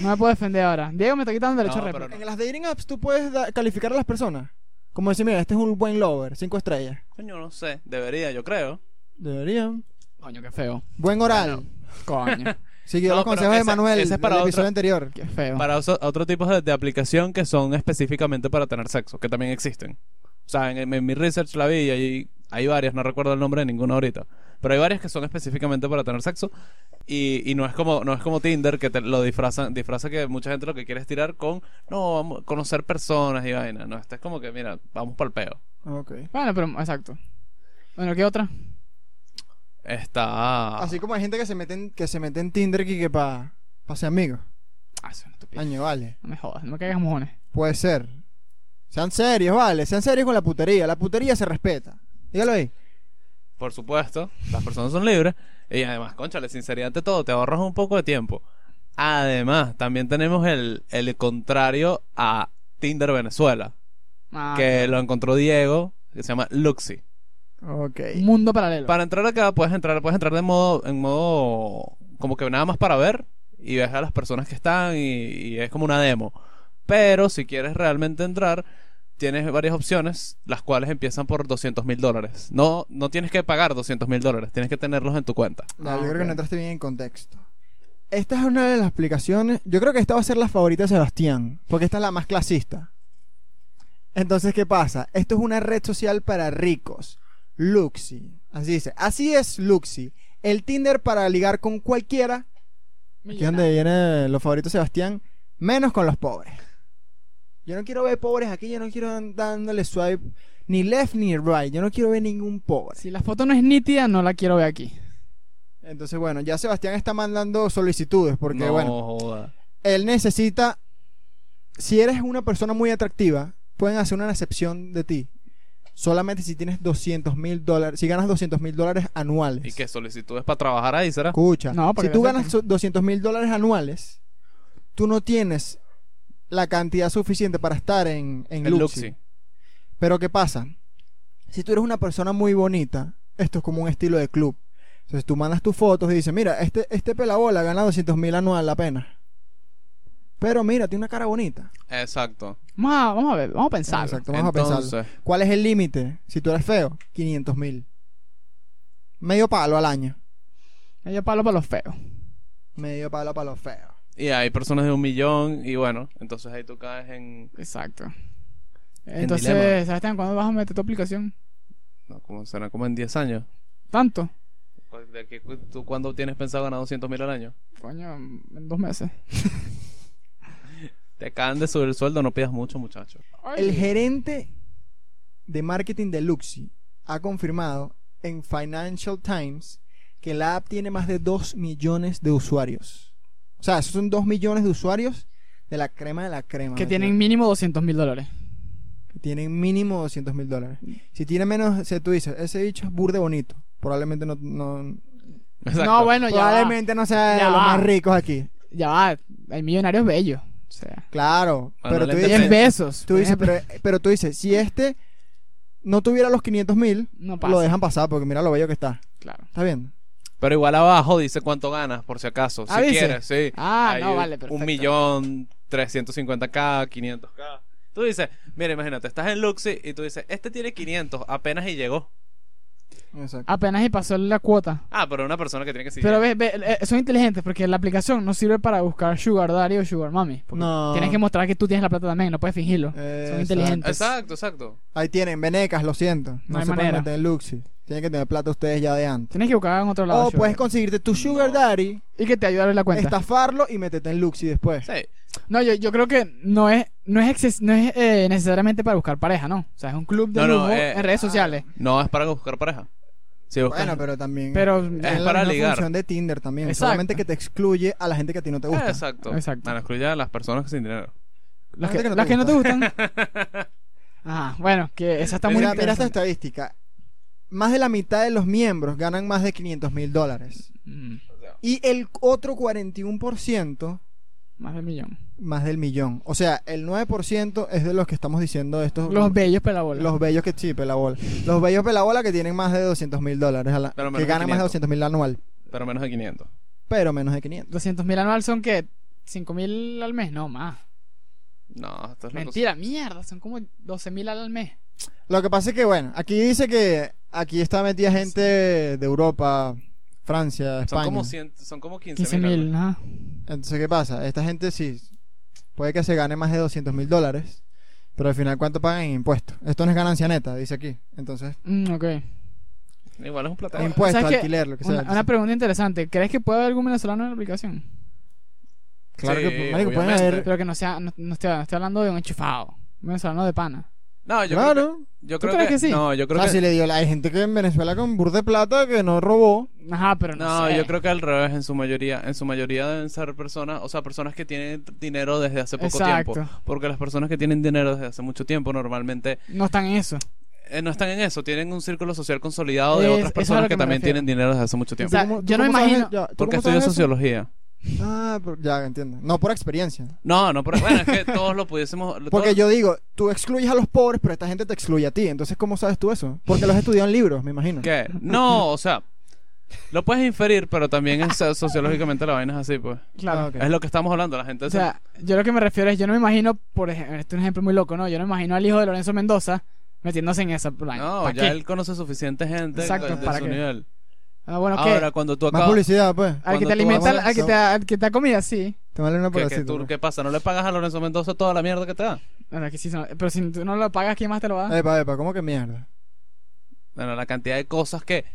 Speaker 2: No me puedo defender ahora. Diego me está quitando el derecho
Speaker 1: No,
Speaker 2: a
Speaker 1: pero
Speaker 2: réplica.
Speaker 3: En las dating apps tú puedes da- calificar a las personas. Como decir, mira, este es un buen lover, cinco estrellas.
Speaker 1: Coño, no sé. Debería, yo creo.
Speaker 3: Deberían.
Speaker 2: Coño, qué feo.
Speaker 3: Buen oral.
Speaker 2: Coño,
Speaker 3: Siguió
Speaker 1: No,
Speaker 3: los
Speaker 1: pero
Speaker 3: consejos de
Speaker 1: esa-
Speaker 3: Manuel
Speaker 1: esa es para
Speaker 3: del
Speaker 1: otra-
Speaker 3: episodio anterior.
Speaker 2: qué feo.
Speaker 1: Para oso- otro tipo de, de aplicación que son específicamente para tener sexo, que también existen. O sea, en, en mi research la vi y hay, hay varias, no recuerdo el nombre de ninguna ahorita. Pero hay varias que son específicamente para tener sexo. Y, y no es como no es como Tinder que te lo disfrazan, disfraza que mucha gente lo que quiere es tirar con no vamos a conocer personas y vaina. No, este es como que mira, vamos pa'l peo.
Speaker 3: Ah, Ok.
Speaker 2: Bueno, pero exacto. Bueno, ¿qué otra?
Speaker 1: Está
Speaker 3: Así como hay gente que se mete en, que se mete en Tinder y que para pa ser amigos.
Speaker 2: Ah, eso es una estupidez.
Speaker 3: Año, vale.
Speaker 2: No me jodas, no me caigas mojones.
Speaker 3: Puede ser. Sean serios, vale. Sean serios con la putería. La putería se respeta. Dígalo ahí.
Speaker 1: Por supuesto, las personas son libres. Y además, conchale, sinceridad ante todo, te ahorras un poco de tiempo. Además, también tenemos el, el contrario a Tinder Venezuela,
Speaker 2: Ah,
Speaker 1: que lo encontró Diego, que se llama Luxi.
Speaker 3: Ok.
Speaker 2: un mundo paralelo.
Speaker 1: Para entrar acá puedes entrar, puedes entrar de modo, en modo como que nada más para ver y ves a las personas que están y, y es como una demo. Pero si quieres realmente entrar, tienes varias opciones, las cuales empiezan por 200 mil dólares. No, no tienes que pagar 200 mil dólares, tienes que tenerlos en tu cuenta.
Speaker 3: No,
Speaker 2: Ah,
Speaker 3: yo creo
Speaker 2: ok.
Speaker 3: que no entraste bien en contexto. Esta es una de las explicaciones. Yo creo que esta va a ser la favorita de Sebastián, porque esta es la más clasista. Entonces, ¿qué pasa? Esto es una red social para ricos. Luxi. Así dice. Así es Luxi. El Tinder para ligar con cualquiera. Aquí es donde viene los favoritos de Sebastián. Menos con los pobres. Yo no quiero ver pobres aquí. Yo no quiero andar dándole swipe ni left ni right. Yo no quiero ver ningún pobre.
Speaker 2: Si la foto no es nítida, no la quiero ver aquí.
Speaker 3: Entonces, bueno, ya Sebastián está mandando solicitudes porque,
Speaker 1: no,
Speaker 3: bueno,
Speaker 1: joda.
Speaker 3: él necesita. Si eres una persona muy atractiva, pueden hacer una excepción de ti. Solamente si tienes 200 mil dólares, si ganas 200 mil dólares anuales.
Speaker 1: Y que solicitudes para trabajar ahí, ¿será?
Speaker 3: Escucha,
Speaker 2: No, porque
Speaker 3: si tú
Speaker 2: yo sé
Speaker 3: ganas 200 mil dólares anuales, tú no tienes la cantidad suficiente para estar en, en
Speaker 1: El
Speaker 3: Luxy.
Speaker 1: Luxi.
Speaker 3: Pero ¿qué pasa? si tú eres una persona muy bonita, esto es como un estilo de club. Entonces tú mandas tus fotos y dices, mira, este, este pelabola gana 200 mil anual apenas. Pero mira, tiene una cara bonita.
Speaker 1: Exacto.
Speaker 2: Vamos a, vamos a ver, vamos a pensar.
Speaker 3: Exacto, vamos a pensarlo.
Speaker 1: Entonces,
Speaker 3: ¿Cuál es el límite? Si tú eres feo, 500 mil. Medio palo al año.
Speaker 2: Ella palo para los feos.
Speaker 3: Medio palo para los feos.
Speaker 1: y hay personas de un millón y bueno, entonces ahí tú caes en...
Speaker 2: Exacto.
Speaker 1: En
Speaker 2: Entonces,
Speaker 1: dilema.
Speaker 2: Sebastián, ¿cuándo vas a meter tu aplicación?
Speaker 1: No, como será como en 10 años.
Speaker 2: ¿Tanto?
Speaker 1: Pues, ¿De aquí, cu- ¿Tú cuándo tienes pensado ganar 200 mil al año?
Speaker 2: Coño, en dos meses.
Speaker 1: Te acaban de subir el sueldo, no pidas mucho, muchacho.
Speaker 2: Ah,
Speaker 3: El gerente de marketing de Luxi ha confirmado en Financial Times que la app tiene más de 2 millones de usuarios. O sea, esos son 2 millones de usuarios de la crema de la crema.
Speaker 2: que
Speaker 3: ¿me
Speaker 2: tienen mínimo 200 mil dólares.
Speaker 3: que tienen mínimo 200 mil dólares. Si tiene menos, o sea, tú dices, ese bicho es burde bonito. Probablemente no, no-
Speaker 1: Exacto.
Speaker 2: No, bueno, ya va.
Speaker 3: probablemente no sea de
Speaker 2: Ya
Speaker 3: los
Speaker 2: va.
Speaker 3: más ricos aquí.
Speaker 2: Ya va. Hay millonarios bellos. O sea,
Speaker 3: Claro,
Speaker 1: Ah,
Speaker 3: pero
Speaker 1: no
Speaker 3: tú
Speaker 1: le
Speaker 3: dices,
Speaker 2: 10
Speaker 1: Depende.
Speaker 2: besos.
Speaker 3: tú dices, pero, pero tú dices, si este no tuviera los 500 mil,
Speaker 2: No pasa.
Speaker 3: lo dejan pasar porque mira lo bello que está.
Speaker 2: Claro.
Speaker 3: ¿Estás viendo?
Speaker 1: Pero igual abajo dice cuánto ganas, por si acaso.
Speaker 2: Ah,
Speaker 1: si
Speaker 2: dice.
Speaker 1: quieres, sí.
Speaker 2: Ah,
Speaker 1: Hay
Speaker 2: no, vale, perfecto.
Speaker 1: Un millón, 350k, 500k. Tú dices, mira, imagínate, estás en Luxy y tú dices, este tiene 500, apenas y llegó.
Speaker 3: Exacto.
Speaker 2: Apenas y pasó la cuota.
Speaker 1: Ah, pero una persona que tiene que seguir.
Speaker 2: Pero ve, ve, eh, son inteligentes porque la aplicación no sirve para buscar Sugar Daddy o Sugar Mommy. porque
Speaker 3: No.
Speaker 2: Tienes que mostrar que tú tienes la plata también, no puedes fingirlo.
Speaker 3: Eh,
Speaker 2: Ah, son inteligentes.
Speaker 1: Exacto, exacto.
Speaker 3: Ahí tienen, venecas, lo siento. No,
Speaker 2: No hay
Speaker 3: se pueden
Speaker 2: manera.
Speaker 3: meter en Luxi. Tienen que tener plata ustedes ya de antes.
Speaker 2: Tienes que buscar en otro lado.
Speaker 3: O
Speaker 2: Sugar
Speaker 3: puedes
Speaker 2: Daddy.
Speaker 3: conseguirte tu sugar
Speaker 1: No.
Speaker 3: daddy,
Speaker 2: Y que te ayude a abrir la cuenta.
Speaker 3: estafarlo y meterte en Luxi después.
Speaker 1: Sí.
Speaker 2: No, yo, yo creo que no es, no es, exces- no es eh, necesariamente para buscar pareja, ¿no? O sea, es un club de
Speaker 1: No, no,
Speaker 2: lujo
Speaker 1: eh,
Speaker 2: en redes sociales.
Speaker 3: ah,
Speaker 1: No es para buscar pareja. Si buscas.
Speaker 3: Bueno, pero también.
Speaker 2: Pero
Speaker 3: Es
Speaker 1: Es
Speaker 3: la
Speaker 1: para
Speaker 3: misma
Speaker 1: ligar.
Speaker 3: función de Tinder también.
Speaker 2: Exacto.
Speaker 3: Solamente que te excluye a la gente que a ti no te gusta.
Speaker 1: Exacto.
Speaker 2: Exacto.
Speaker 1: Bueno, excluye a las personas sin dinero.
Speaker 2: las, que,
Speaker 3: gente que no te
Speaker 2: las que no te gustan. Ajá, bueno, que esa está muy
Speaker 3: mira, mira esta
Speaker 2: interesante.
Speaker 3: estadística. Más de la mitad de los miembros ganan más de 500 mil dólares.
Speaker 2: Mm,
Speaker 3: Y el otro 41%,
Speaker 2: más del millón.
Speaker 3: más del millón. O sea, el 9% es de los que estamos diciendo de estos.
Speaker 2: Los bellos pelabolas.
Speaker 3: los bellos que sí, pelabola. Los bellos pelabola que tienen más de 200 mil dólares. a la-
Speaker 1: Pero menos
Speaker 3: que
Speaker 1: de
Speaker 3: ganan más de
Speaker 1: 500.
Speaker 3: 200 mil anual.
Speaker 1: Pero menos de 500.
Speaker 3: Pero menos de 500.
Speaker 2: 200 mil anual son que 5 mil al mes, no más.
Speaker 1: No, esto es loco.
Speaker 2: Mentira, mierda, son como 12 mil al mes.
Speaker 3: Lo que pasa es que, bueno, aquí dice que aquí está metida gente de Europa, Francia, España.
Speaker 1: Son como, 100, son como 15,
Speaker 2: 15 mil, ajá.
Speaker 3: Entonces, ¿qué pasa? Esta gente sí, puede que se gane más de 200 mil dólares, pero al final, ¿cuánto pagan en impuestos? Esto no es ganancia neta, dice aquí. Entonces,
Speaker 2: Mm, ok.
Speaker 1: Igual es un plata.
Speaker 3: impuestos,
Speaker 2: ¿sabes qué?
Speaker 3: alquiler, lo que sea.
Speaker 2: Una, una pregunta interesante. ¿Crees que puede haber algún venezolano en la aplicación?
Speaker 3: claro
Speaker 1: Sí,
Speaker 3: que, marico, pueden
Speaker 1: obviamente.
Speaker 3: haber.
Speaker 2: Pero que no sea, no, no estoy, no estoy hablando de un enchufado. Un venezolano de pana.
Speaker 1: No, yo creo
Speaker 3: Claro.
Speaker 1: que, yo
Speaker 2: ¿Tú
Speaker 1: creo
Speaker 2: crees que sí?
Speaker 1: No, yo creo
Speaker 3: O sea,
Speaker 1: que
Speaker 3: si le dio, hay gente que en Venezuela con bur de plata que no robó.
Speaker 2: Ajá, pero no,
Speaker 1: No,
Speaker 2: sé.
Speaker 1: yo creo que al revés, en su mayoría, en su mayoría deben ser personas, o sea, personas que tienen dinero desde hace poco
Speaker 2: Exacto.
Speaker 1: tiempo, porque las personas que tienen dinero desde hace mucho tiempo normalmente
Speaker 2: No están en eso.
Speaker 1: eh, no están en eso, tienen un círculo social consolidado de
Speaker 2: Es- eso es
Speaker 1: otras
Speaker 2: a
Speaker 1: personas que,
Speaker 2: lo que me
Speaker 1: también
Speaker 2: refiero.
Speaker 1: tienen dinero desde hace mucho
Speaker 3: ¿Tú
Speaker 2: O
Speaker 1: tiempo.
Speaker 2: sea,
Speaker 3: cómo-
Speaker 2: yo
Speaker 3: tú
Speaker 2: no
Speaker 3: cómo
Speaker 2: imagino-
Speaker 3: sabes- ya, ¿tú
Speaker 1: porque
Speaker 3: cómo
Speaker 1: estudio
Speaker 3: sabes eso?
Speaker 1: sociología.
Speaker 3: Ah, pero- ya entiendo. No, por experiencia.
Speaker 1: No, no, pero bueno, es que todos lo pudiésemos
Speaker 3: Porque
Speaker 1: todos-
Speaker 3: yo digo, tú excluyes a los pobres, pero esta gente te excluye a ti. Entonces, ¿cómo sabes tú eso? Porque los estudian libros, me imagino.
Speaker 1: ¿Qué? No, o sea, lo puedes inferir, pero también es, eh, sociológicamente la vaina es así, pues.
Speaker 2: Claro.
Speaker 3: Ah, ok.
Speaker 1: Es lo que estamos hablando, la gente
Speaker 2: O
Speaker 1: se-
Speaker 2: sea, yo lo que me refiero es, yo no me imagino, por ejemplo, este es un ejemplo muy loco, ¿no? Yo no me imagino al hijo de Lorenzo Mendoza metiéndose en esa vaina.
Speaker 1: No,
Speaker 2: ¿Para
Speaker 1: ya
Speaker 2: qué?
Speaker 1: él conoce suficiente gente
Speaker 2: Exacto,
Speaker 1: de, de
Speaker 2: ¿para
Speaker 1: su
Speaker 2: qué?
Speaker 1: nivel.
Speaker 2: Ah, bueno, ¿qué?
Speaker 1: Ahora, cuando tú
Speaker 3: Más
Speaker 1: acabas...
Speaker 3: publicidad, pues.
Speaker 2: al que
Speaker 1: cuando
Speaker 2: te
Speaker 1: tú
Speaker 2: alimenta,
Speaker 1: haces
Speaker 2: al que
Speaker 3: eso-
Speaker 2: te, al que te da comida, sí.
Speaker 3: Tómale una
Speaker 1: ¿Qué, qué,
Speaker 3: pobrecita.
Speaker 1: tú-
Speaker 3: pues.
Speaker 1: ¿Qué pasa? ¿No le pagas a Lorenzo Mendoza toda la mierda que te da?
Speaker 2: Bueno, que sí, no, pero si tú no lo pagas, ¿quién más te lo va a dar?
Speaker 3: Epa, epa, ¿cómo que mierda?
Speaker 1: Bueno, la cantidad de cosas que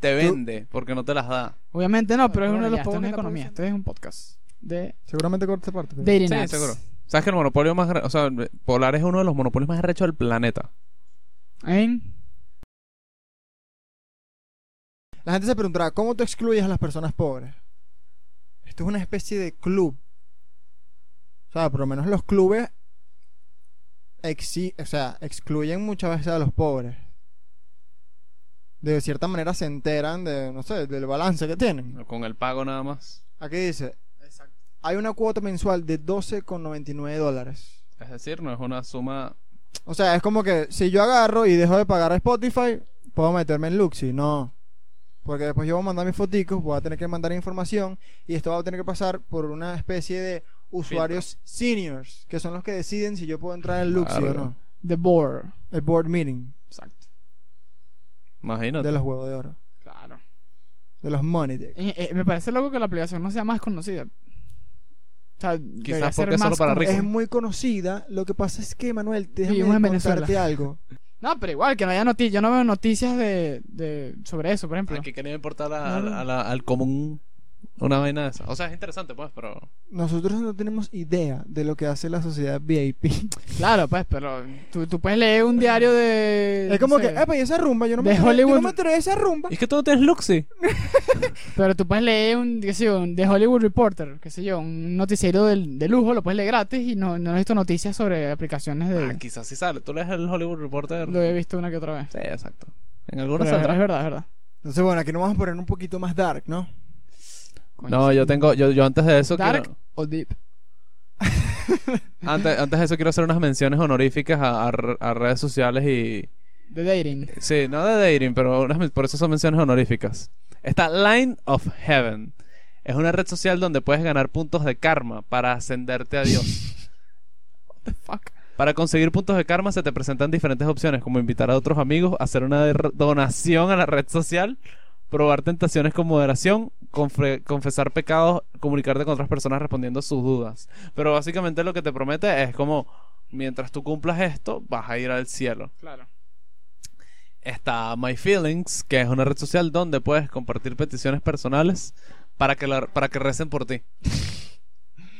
Speaker 1: te vende porque no te las da.
Speaker 2: Obviamente no, pero es
Speaker 3: Bueno,
Speaker 2: uno de los
Speaker 3: ya, esto
Speaker 2: pocos
Speaker 3: no
Speaker 2: de
Speaker 3: es la
Speaker 2: economía. Esto es un podcast de
Speaker 3: Seguramente corta esta parte. pero-
Speaker 2: dating
Speaker 1: Sí,
Speaker 2: apps.
Speaker 1: seguro. ¿Sabes que el monopolio más... gra- O sea, Polar es uno de los monopolios más arrechos del planeta.
Speaker 2: ¿En?
Speaker 3: La gente se preguntará, ¿cómo tú excluyes a las personas pobres? Esto es una especie de club. O sea, por lo menos los clubes exi- o sea, excluyen muchas veces a los pobres. De cierta manera se enteran de, no sé, del balance que tienen.
Speaker 1: Con el pago nada más.
Speaker 3: Aquí dice, hay una cuota mensual de 12,99 dólares.
Speaker 1: Es decir, no es una suma
Speaker 3: O sea, es como que si yo agarro y dejo de pagar a Spotify, puedo meterme en Luxi. No. Porque después yo voy a mandar mis foticos, voy a tener que mandar información y esto va a tener que pasar por una especie de usuarios seniors, que son los que deciden si yo puedo entrar en Luxi o
Speaker 1: Claro.
Speaker 3: no.
Speaker 2: The board.
Speaker 3: El board meeting
Speaker 2: Exacto.
Speaker 1: Imagínate.
Speaker 3: de los huevos de oro,
Speaker 2: Claro.
Speaker 3: de los money. dick.
Speaker 2: Eh, eh, me parece loco que la aplicación no sea más conocida. O sea, debería ser
Speaker 1: porque es
Speaker 2: más
Speaker 1: solo para
Speaker 2: como-
Speaker 1: ricos.
Speaker 3: Es muy conocida. Lo que pasa es que, Manuel, te
Speaker 2: Vivimos en
Speaker 3: déjame
Speaker 2: Venezuela.
Speaker 3: contarte algo.
Speaker 2: No, pero igual, que no haya noticias. Yo no veo noticias de, de- sobre eso, por ejemplo.
Speaker 1: Aquí quería importar a-
Speaker 2: Claro.
Speaker 1: a la- al común una vaina de esa. O sea, es interesante, pues, pero.
Speaker 3: Nosotros no tenemos idea de lo que hace la sociedad VIP.
Speaker 2: Claro, pues, pero tú, tú puedes leer un diario de.
Speaker 3: es como
Speaker 2: no
Speaker 3: que, eh.
Speaker 2: sé,
Speaker 3: epa, y esa rumba, yo no
Speaker 2: De
Speaker 3: me enteré- yo no
Speaker 2: Hollywood.
Speaker 3: me enteré de esa rumba.
Speaker 1: Es que tú no tienes Luxi.
Speaker 2: Pero tú puedes leer un, qué sé yo, un The Hollywood Reporter, qué sé yo, un noticiero del- de, lujo, lo puedes leer gratis y no, no he visto noticias sobre aplicaciones de.
Speaker 1: Ah, quizás sí sale. Tú lees el Hollywood Reporter.
Speaker 2: Lo he visto una que otra vez.
Speaker 1: Sí, exacto. En
Speaker 2: Pero
Speaker 1: algunos
Speaker 2: es
Speaker 1: saldrá.
Speaker 2: verdad, es verdad, es verdad.
Speaker 3: Entonces, bueno, aquí nos vamos a poner un poquito más dark, ¿no?
Speaker 2: Coño,
Speaker 1: No,
Speaker 2: sí.
Speaker 1: yo tengo, yo, yo antes de eso
Speaker 2: Dark
Speaker 1: quiero,
Speaker 2: o Deep.
Speaker 1: antes, antes de eso quiero hacer unas menciones honoríficas a, a re- a redes sociales y
Speaker 2: De dating.
Speaker 1: sí, no de dating, pero unas men- por eso son menciones honoríficas. Está Line of Heaven. Es una red social donde puedes ganar puntos de karma para ascenderte a Dios.
Speaker 2: Fuck.
Speaker 1: Para conseguir puntos de karma se te presentan diferentes opciones, como invitar a otros amigos, hacer una der- donación a la red social, probar tentaciones con moderación, confre- confesar pecados, comunicarte con otras personas respondiendo sus dudas. Pero básicamente lo que te promete es como, mientras tú cumplas esto, vas a ir al cielo.
Speaker 2: Claro.
Speaker 1: Está My Feelings, que es una red social donde puedes compartir peticiones personales para que, la- para que recen por ti.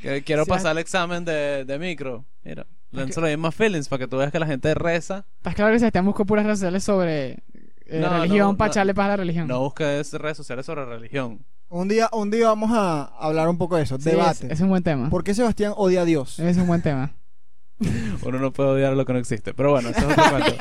Speaker 1: Que Quiero
Speaker 2: Sí,
Speaker 1: pasar el examen de, de micro. Mira, lánzalo ahí en My Feelings para que tú veas que la gente reza.
Speaker 2: Estás Pues claro que se están buscando puras redes sociales sobre eh,
Speaker 1: No,
Speaker 2: religión
Speaker 1: no,
Speaker 2: para
Speaker 1: no.
Speaker 2: echarle para la religión.
Speaker 1: No busques redes sociales sobre religión.
Speaker 3: Un día, un día vamos a hablar un poco de eso.
Speaker 2: Sí,
Speaker 3: debate.
Speaker 2: Es, es un Eh, buen tema.
Speaker 3: ¿Por qué Sebastián odia a Dios?
Speaker 2: Es un buen tema.
Speaker 1: Uno no puede odiar lo que no existe. Pero bueno, eso es otro cuento.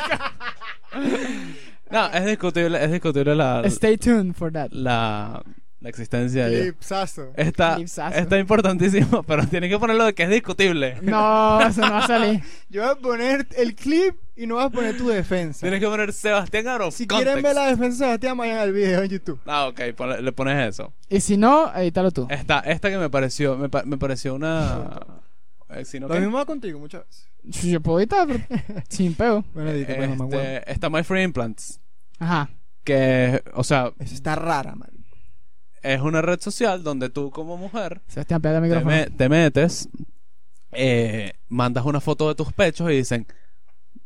Speaker 1: No, es discutible, es discutible la,
Speaker 2: Stay tuned for that.
Speaker 1: la, la existencia de Dios.
Speaker 3: Clipsazo.
Speaker 2: Eh.
Speaker 1: Está,
Speaker 2: Clipsazo.
Speaker 1: está importantísimo, pero tienes que ponerlo de que es discutible.
Speaker 2: No, eso no va a salir.
Speaker 3: Yo voy a poner el clip y no vas a poner tu defensa.
Speaker 1: Tienes que poner Sebastián Aro.
Speaker 3: Si
Speaker 1: context.
Speaker 3: quieren ver la defensa de Sebastián, vayan al video en YouTube.
Speaker 1: Ah, ok, ponle- le pones eso.
Speaker 2: Y si no, edítalo tú.
Speaker 1: Esta, esta que me pareció, me, pa- me pareció una. eh, si no
Speaker 3: Lo
Speaker 1: que-
Speaker 3: mismo va contigo muchas veces.
Speaker 2: Yo puedo editar, pero sin peo.
Speaker 3: Bueno, edita, pues, mamá, huevo.
Speaker 1: este, está My Free Implants.
Speaker 2: Ajá.
Speaker 1: Que, o sea,
Speaker 3: Eso está rara, man.
Speaker 1: es una red social donde tú como mujer
Speaker 2: Sebastián, pega el
Speaker 1: te,
Speaker 2: micrófono.
Speaker 1: me- te metes, eh, mandas una foto de tus pechos y dicen,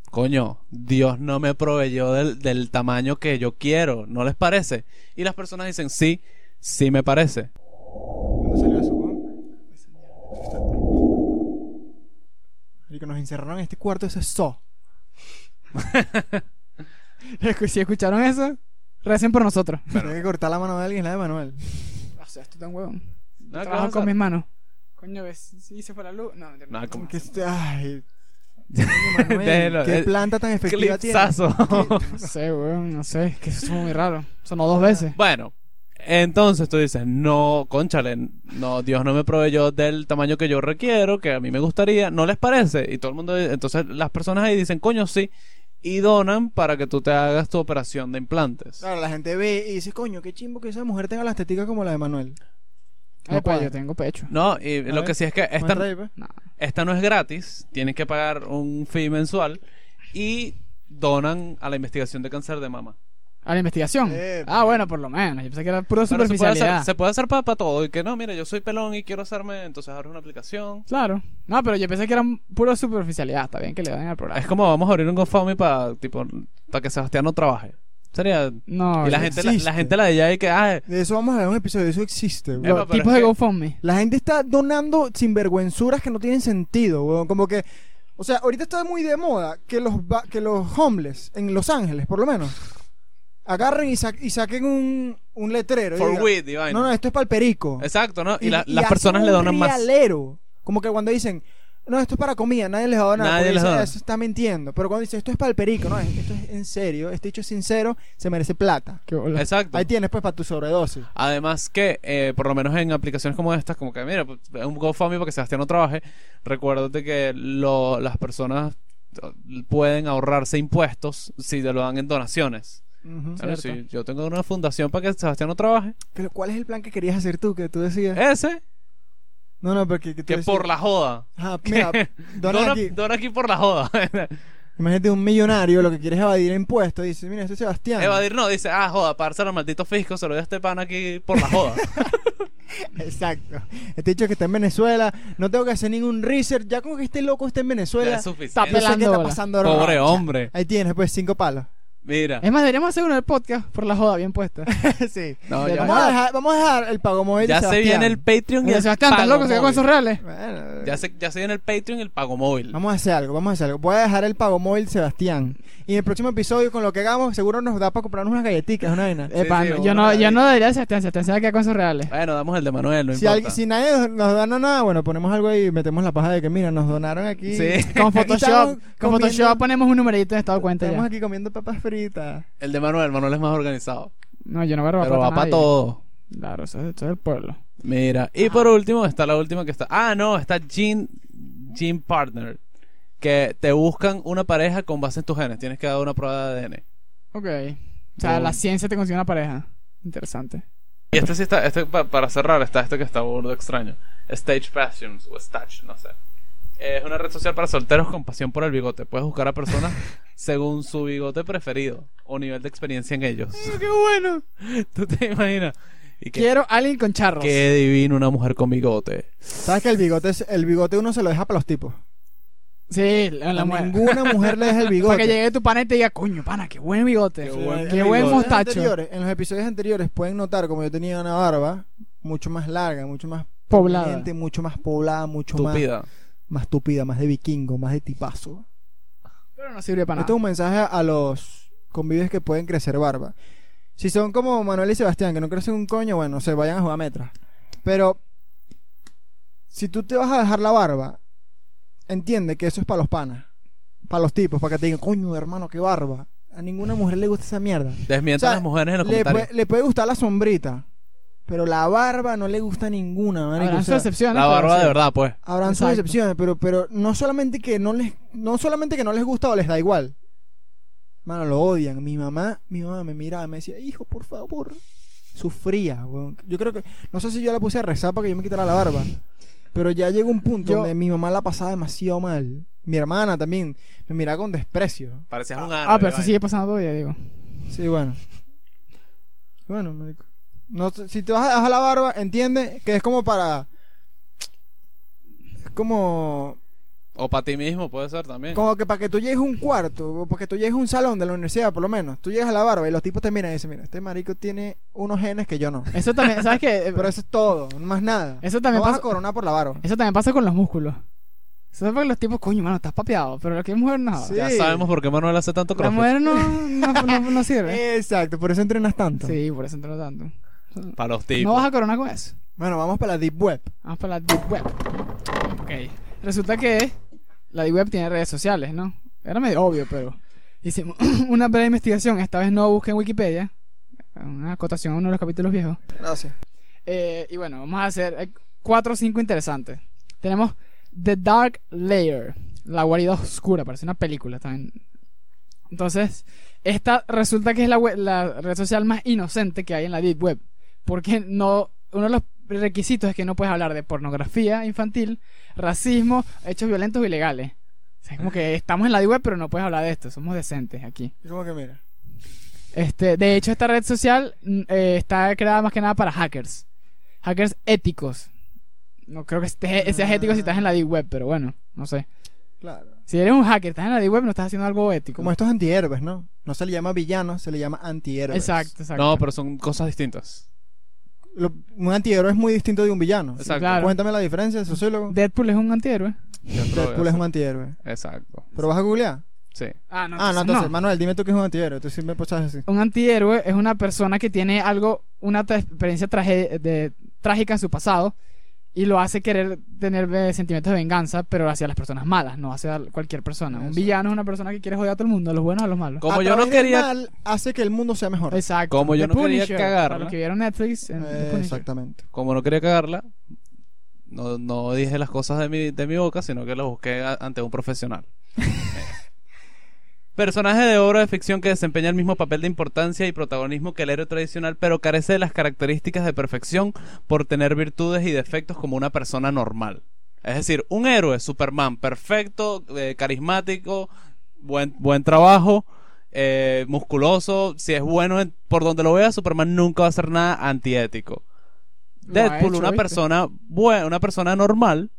Speaker 1: coño, Dios no me proveyó del, del tamaño que yo quiero, ¿no les parece? Y las personas dicen, sí, sí me parece.
Speaker 3: ¿Dónde salió eso, weón? Y que nos encerraron en este cuarto, eso es so.
Speaker 2: Escu- Si escucharon eso, recen por nosotros.
Speaker 3: Tengo que cortar la mano de alguien, la de Manuel.
Speaker 2: O sea, esto Ah, tan huevón.
Speaker 1: Nada, ¿qué vas
Speaker 2: Trabajo
Speaker 1: a
Speaker 2: con
Speaker 1: hacer?
Speaker 2: mis manos. Coño, ves, si se fue la luz. No, mentira.
Speaker 1: Nada, como-
Speaker 3: Que este- ay. Coño, Manuel,
Speaker 1: Déjelo,
Speaker 3: ¿Qué
Speaker 1: eh,
Speaker 3: planta tan efectiva tiene?
Speaker 1: Clipsazo.
Speaker 2: No sé, weón, no sé. Es que eso fue muy raro. Sonó dos veces.
Speaker 1: Bueno, entonces tú dices, no, conchale, no, Dios no me proveyó del tamaño que yo requiero, que a mí me gustaría, ¿no les parece? Y todo el mundo, entonces las personas ahí dicen, coño, sí, y donan para que tú te hagas tu operación de implantes.
Speaker 3: Claro, la gente ve y dice, coño, qué chimbo que esa mujer tenga las teticas como la de Manuel.
Speaker 1: Ah,
Speaker 2: Epa,
Speaker 3: cuadra.
Speaker 2: pues, yo tengo pecho.
Speaker 1: No, y lo
Speaker 3: ver.
Speaker 1: que sí es que esta,
Speaker 3: Manuel, pues.
Speaker 2: No.
Speaker 1: esta no es gratis, tienes que pagar un fee mensual y donan a la investigación de cáncer de mama.
Speaker 2: A la investigación.
Speaker 3: Epa.
Speaker 2: Ah, bueno, por lo menos. Yo pensé que era pura
Speaker 1: Claro, se puede hacer,
Speaker 2: superficialidad.
Speaker 1: se puede hacer para, todo y que no, mira, yo soy pelón y quiero hacerme, entonces abres una aplicación.
Speaker 2: Claro. No, pero yo pensé que era pura superficialidad. Está bien que le den al
Speaker 1: Es
Speaker 2: programa.
Speaker 1: como vamos a abrir un GoFundMe para tipo para que Sebastián no trabaje. Sería
Speaker 2: No,
Speaker 1: y la
Speaker 2: yo-
Speaker 1: gente la,
Speaker 3: existe.
Speaker 1: la gente la de allá y que ah,
Speaker 3: De eso vamos a ver un episodio, eso existe, weón.
Speaker 1: Epa,
Speaker 2: los
Speaker 1: pero
Speaker 2: tipos
Speaker 1: es
Speaker 2: de
Speaker 1: que-
Speaker 2: GoFundMe.
Speaker 3: La gente está donando sinvergüenzuras que no tienen sentido, weón. Como que. O sea, ahorita está muy de moda que los, va- que los homeless, en Los Ángeles, por lo menos, agarren y, sa- y saquen un, un letrero. y
Speaker 1: for
Speaker 3: digan,
Speaker 1: weed y vaina.
Speaker 3: No, no, esto es para el perico.
Speaker 1: Exacto, ¿no? Y, la-
Speaker 3: y
Speaker 1: las
Speaker 3: hacen
Speaker 1: personas le
Speaker 3: un
Speaker 1: donan más.
Speaker 3: realero. Como que cuando dicen, no, esto es para comida, nadie les va a donar.
Speaker 1: Nadie
Speaker 3: porque
Speaker 1: les
Speaker 3: dice,
Speaker 1: dona.
Speaker 3: Eso está mintiendo. Pero cuando dice, esto es para el perico, no, esto es en serio, este dicho es sincero, se merece plata.
Speaker 2: Qué bola.
Speaker 1: Exacto.
Speaker 3: Ahí tienes, pues, para tu sobredosis.
Speaker 1: Además que eh, por lo menos en aplicaciones como estas, como que mira, pues, un GoFundMe para que Sebastián no trabaje, recuérdate que lo- las personas pueden ahorrarse impuestos si te lo dan en donaciones.
Speaker 3: Ujú.
Speaker 1: Claro,
Speaker 2: Cierto.
Speaker 1: si yo tengo una fundación para que Sebastián no trabaje.
Speaker 3: Pero ¿cuál es el plan que querías hacer tú? Que tú decías.
Speaker 1: Ese,
Speaker 3: No, no, porque que tú
Speaker 1: Eh, que
Speaker 3: decías-
Speaker 1: por la joda.
Speaker 3: Ajá, mira, dona
Speaker 1: Dona,
Speaker 3: aquí.
Speaker 1: dona aquí por la joda.
Speaker 3: Imagínate un millonario, lo que quieres es evadir impuestos. y Dices, mira, este es Sebastián.
Speaker 1: Evadir no, dice, ah, joda, parce al maldito fisco, se lo doy a este pan aquí por la joda.
Speaker 3: Exacto. Este dicho que está en Venezuela. No tengo que hacer ningún research. Ya como que este loco está en
Speaker 1: Ya
Speaker 3: Venezuela.
Speaker 1: es
Speaker 3: Yo sé
Speaker 1: suficiente.
Speaker 2: Está
Speaker 3: qué
Speaker 2: pelando
Speaker 3: está
Speaker 2: bola.
Speaker 3: pasando ahora.
Speaker 1: Pobre hombre.
Speaker 3: Ahí tienes, pues, cinco palos.
Speaker 1: Mira.
Speaker 2: Es más, deberíamos hacer uno del podcast por la joda bien puesta.
Speaker 3: sí.
Speaker 1: No,
Speaker 2: ya
Speaker 1: ya
Speaker 3: Vamos a, dejar, vamos a dejar el pago móvil. de
Speaker 1: ya se
Speaker 3: Sebastián.
Speaker 1: viene el Patreon y
Speaker 2: Mira,
Speaker 1: el
Speaker 2: Sebastián, ¿estás
Speaker 1: pago
Speaker 2: loco? ¿Se va con
Speaker 1: móvil.
Speaker 2: esos reales?
Speaker 3: Bueno,
Speaker 1: Ya se, ya se viene el Patreon y el pago móvil.
Speaker 3: Vamos a hacer algo, vamos a hacer algo. Voy a dejar el pago móvil, Sebastián. Y en el próximo episodio, con lo que hagamos, seguro nos da para comprarnos unas galletitas, una vaina. Eh,
Speaker 2: Epa,
Speaker 1: sí,
Speaker 2: no,
Speaker 1: uno
Speaker 2: yo, no,
Speaker 1: de
Speaker 2: yo
Speaker 1: ahí.
Speaker 2: no debería Sebastián, Sebastián se va a quedar con esos reales.
Speaker 1: Bueno, damos el de Manuel, no
Speaker 3: si,
Speaker 1: importa.
Speaker 3: alguien- si nadie nos- nos dona nada, bueno, ponemos algo ahí y metemos la paja de que, mira, nos donaron aquí.
Speaker 1: Sí.
Speaker 2: Con
Speaker 3: Y estamos
Speaker 2: Photoshop, con
Speaker 3: comiendo-
Speaker 2: Photoshop ponemos un numerito en estado de cuenta
Speaker 3: Estamos
Speaker 2: ya.
Speaker 3: aquí comiendo papas fritas.
Speaker 1: El de Manuel, Manuel es más organizado.
Speaker 2: No, yo no voy a robar
Speaker 1: Pero va
Speaker 2: plata a
Speaker 1: para
Speaker 2: nadie.
Speaker 1: todo.
Speaker 2: Claro, eso es, eso es el pueblo.
Speaker 1: Mira. Y por último está la última que está. Ah, no, está Gene, Gene Partner. Que te buscan una pareja con base en tus genes. Tienes que dar una prueba de ADN.
Speaker 2: Ok. O sea,
Speaker 1: Mm.
Speaker 2: la ciencia te consigue una pareja. Interesante.
Speaker 1: Y este sí está, este pa- para cerrar, está este que está burdo extraño. Stage Passions o Stage, no sé. Es una red social para solteros con pasión por el bigote. Puedes buscar a personas según su bigote preferido o nivel de experiencia en ellos.
Speaker 2: ¡Qué bueno!
Speaker 1: ¿Tú te imaginas? Y que,
Speaker 2: Quiero alguien con charros.
Speaker 1: qué divino una mujer con bigote.
Speaker 3: ¿Sabes que el bigote, es- el bigote uno se lo deja para los tipos?
Speaker 2: Sí, la, la
Speaker 3: A
Speaker 2: mujer.
Speaker 3: ninguna mujer le deja el bigote.
Speaker 2: Para que llegue tu pana y te diga, coño, pana, qué buen bigote.
Speaker 1: Qué
Speaker 3: Sí,
Speaker 1: buen-
Speaker 3: en
Speaker 2: qué
Speaker 3: los
Speaker 2: buen
Speaker 3: episodios
Speaker 2: mostacho.
Speaker 3: anteriores- En los episodios anteriores pueden notar como yo tenía una barba mucho más larga, mucho más
Speaker 2: Poblada.
Speaker 3: prominente, mucho más poblada, mucho más
Speaker 1: Estúpida.
Speaker 3: más tupida, más de vikingo, más de tipazo.
Speaker 2: Pero no sirve para
Speaker 3: Esto es
Speaker 2: nada.
Speaker 3: un mensaje a los convives que pueden crecer barba. Si son como Manuel y Sebastián, que no crecen un coño, bueno, se vayan a jugar metras. Pero si tú te vas a dejar la barba, entiende que eso es para los panas, para los tipos, para que te digan, coño, hermano, qué barba. A ninguna mujer le gusta esa mierda.
Speaker 1: Desmientan
Speaker 3: O sea,
Speaker 1: las mujeres en los
Speaker 3: Le,
Speaker 1: comentarios.
Speaker 3: puede- le puede gustar la sombrita, pero la barba no le gusta a ninguna. marico.
Speaker 2: Habrán
Speaker 3: O
Speaker 2: sus
Speaker 3: sea,
Speaker 2: excepciones.
Speaker 1: La
Speaker 2: pero
Speaker 1: barba
Speaker 2: sí.
Speaker 1: de verdad, pues.
Speaker 3: Habrán sus
Speaker 2: Exacto.
Speaker 3: excepciones, pero, pero no solamente que no les, no solamente que no les gusta o les da igual. Mano, lo odian. Mi mamá, mi mamá me miraba y me decía, hijo, por favor. Sufría, weón. Yo creo que, no sé si yo la puse a rezar para que yo me quitara la barba. Pero ya llegó un punto
Speaker 2: Yo-
Speaker 3: donde mi mamá la pasaba demasiado mal. Mi hermana también me miraba con desprecio.
Speaker 1: Parecías un
Speaker 2: Ah, pero
Speaker 1: árabe,
Speaker 2: eso sigue pasando todavía, digo.
Speaker 3: Sí, bueno. Bueno, marico. No, sé, si te vas a dejar la barba, entiende que es como para. Es como.
Speaker 1: vaina. O para ti mismo puede ser también.
Speaker 3: Como que para que tú llegues a un cuarto, o para que tú llegues a un salón de la universidad, por lo menos, tú llegas a la barba y los tipos te miran y dicen, mira, este marico tiene unos genes que yo no.
Speaker 2: Eso también, ¿sabes qué?
Speaker 3: Pero eso es todo, más nada.
Speaker 2: Eso también
Speaker 3: no vas a
Speaker 2: pasa-
Speaker 3: coronar por la barba.
Speaker 2: Eso también pasa con los músculos. Eso es porque los tipos, coño, mano, estás papeado. Pero lo que es mujer no.
Speaker 3: Sí.
Speaker 1: Ya sabemos por qué Manuel hace tanto
Speaker 2: La
Speaker 1: crossfit.
Speaker 2: mujer no, no, no, no
Speaker 3: Eh,
Speaker 2: sirve.
Speaker 3: Exacto, por eso entrenas tanto.
Speaker 2: Sí, por eso entreno tanto.
Speaker 1: Para los
Speaker 2: No
Speaker 1: tipos.
Speaker 2: vas a coronar con eso.
Speaker 3: Bueno, vamos para la Deep Web.
Speaker 2: Vamos para la Deep Web. Ok. Resulta que la Deep Web tiene redes sociales, ¿no? Era medio obvio, pero hicimos una breve investigación. Esta vez no busqué en Wikipedia. Una acotación a uno de los capítulos viejos.
Speaker 3: Gracias.
Speaker 2: Eh, y bueno, vamos a hacer eh, cuatro o cinco interesantes. Tenemos The Dark Layer, la guarida oscura, parece una película también. Entonces, esta resulta que es la, we- la red social más inocente que hay en la Deep Web. Porque no, uno de los requisitos es que no puedes hablar de pornografía infantil, racismo, hechos violentos o ilegales. O sea, es como que estamos en la Deep Web, pero no puedes hablar de esto. Somos decentes aquí.
Speaker 3: Como que mira.
Speaker 2: Este, de hecho, esta red social mm, eh, está creada más que nada para hackers. Hackers éticos. No creo que estés- seas
Speaker 3: Ah.
Speaker 2: ético si estás en la Deep Web, pero bueno, no sé.
Speaker 3: Claro.
Speaker 2: Si eres un hacker, estás en la Deep Web, no estás haciendo algo ético.
Speaker 3: Como estos antihéroes, ¿no? No se le llama villanos, se le llama antihéroes.
Speaker 2: Exacto, exacto.
Speaker 1: No, pero son cosas distintas.
Speaker 3: Lo- un antihéroe es muy distinto de un villano.
Speaker 1: Exacto.
Speaker 2: claro.
Speaker 3: Cuéntame la diferencia, sociólogo.
Speaker 2: Deadpool es un antihéroe.
Speaker 1: Ya te lo voy a
Speaker 3: Deadpool es
Speaker 1: hacer.
Speaker 3: un antihéroe.
Speaker 1: Exacto.
Speaker 3: ¿Pero vas a googlear?
Speaker 1: Sí.
Speaker 2: Ah, no,
Speaker 3: Ah, no, entonces, Manuel, dime tú que es un antihéroe. Tú siempre pasas así.
Speaker 2: Un antihéroe es una persona que tiene algo, una tra- experiencia traje- de- trágica en su pasado y lo hace querer tener eh, sentimientos de venganza, pero hacia las personas malas, no hacia cualquier persona. Un
Speaker 3: Eso.
Speaker 2: villano es una persona que quiere joder a todo el mundo, a los buenos o a los malos.
Speaker 1: Como
Speaker 3: A
Speaker 1: yo no
Speaker 3: través del
Speaker 1: quería.
Speaker 3: mal hace que el mundo sea mejor.
Speaker 2: Exacto.
Speaker 1: Como yo
Speaker 2: The
Speaker 1: no quería
Speaker 2: Punisher,
Speaker 1: cagarla.
Speaker 2: Para los que vieron Netflix. en The
Speaker 3: Eh,
Speaker 2: Punisher.
Speaker 3: exactamente.
Speaker 1: Como no quería cagarla, no, no dije las cosas de mi, de mi boca, sino que las busqué a- ante un profesional. Personaje de obra de ficción que desempeña el mismo papel de importancia y protagonismo que el héroe tradicional, pero carece de las características de perfección por tener virtudes y defectos como una persona normal. Es decir, un héroe, Superman, perfecto, eh, carismático, buen, buen trabajo, eh, musculoso. Si es bueno en- por donde lo vea, Superman nunca va a ser nada antiético.
Speaker 2: Lo ha
Speaker 1: Deadpool,
Speaker 2: hecho,
Speaker 1: una
Speaker 2: ¿viste?
Speaker 1: persona buena, una persona normal.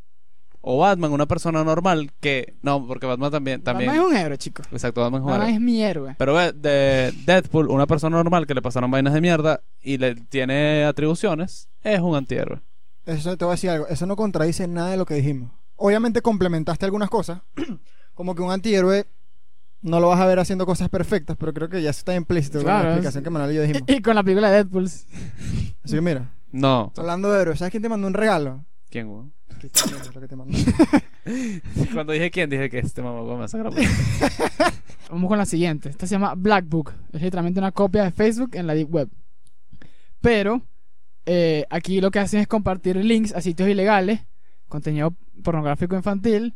Speaker 1: O Batman, una persona normal que. No, porque Batman también. también
Speaker 2: Batman es un héroe, chico.
Speaker 1: Exacto, Batman es un
Speaker 2: Batman
Speaker 1: héroe.
Speaker 2: es mi héroe.
Speaker 1: Pero ve, de Deadpool, una persona normal que le pasaron vainas de mierda y le tiene atribuciones, es un antihéroe.
Speaker 3: Eso te voy a decir algo. Eso no contradice nada de lo que dijimos. Obviamente complementaste algunas cosas. Como que un antihéroe no lo vas a ver haciendo cosas perfectas, pero creo que ya eso está implícito con
Speaker 2: Claro,
Speaker 3: la
Speaker 2: es-
Speaker 3: explicación que Manuel y yo dijimos.
Speaker 2: Y, y con la película de Deadpool.
Speaker 3: Así que mira,
Speaker 1: No.
Speaker 3: hablando de héroes, ¿sabes quién te mandó un regalo?
Speaker 1: ¿Quién, weón?
Speaker 3: Aquí está, mira, es lo que te mandó.
Speaker 1: Cuando dije quién, dije que este mamá me saca la
Speaker 2: Vamos con la siguiente. Esta se llama Black Book. Es literalmente una copia de Facebook en la Deep Web. Pero eh, aquí lo que hacen es compartir links a sitios ilegales, contenido pornográfico infantil,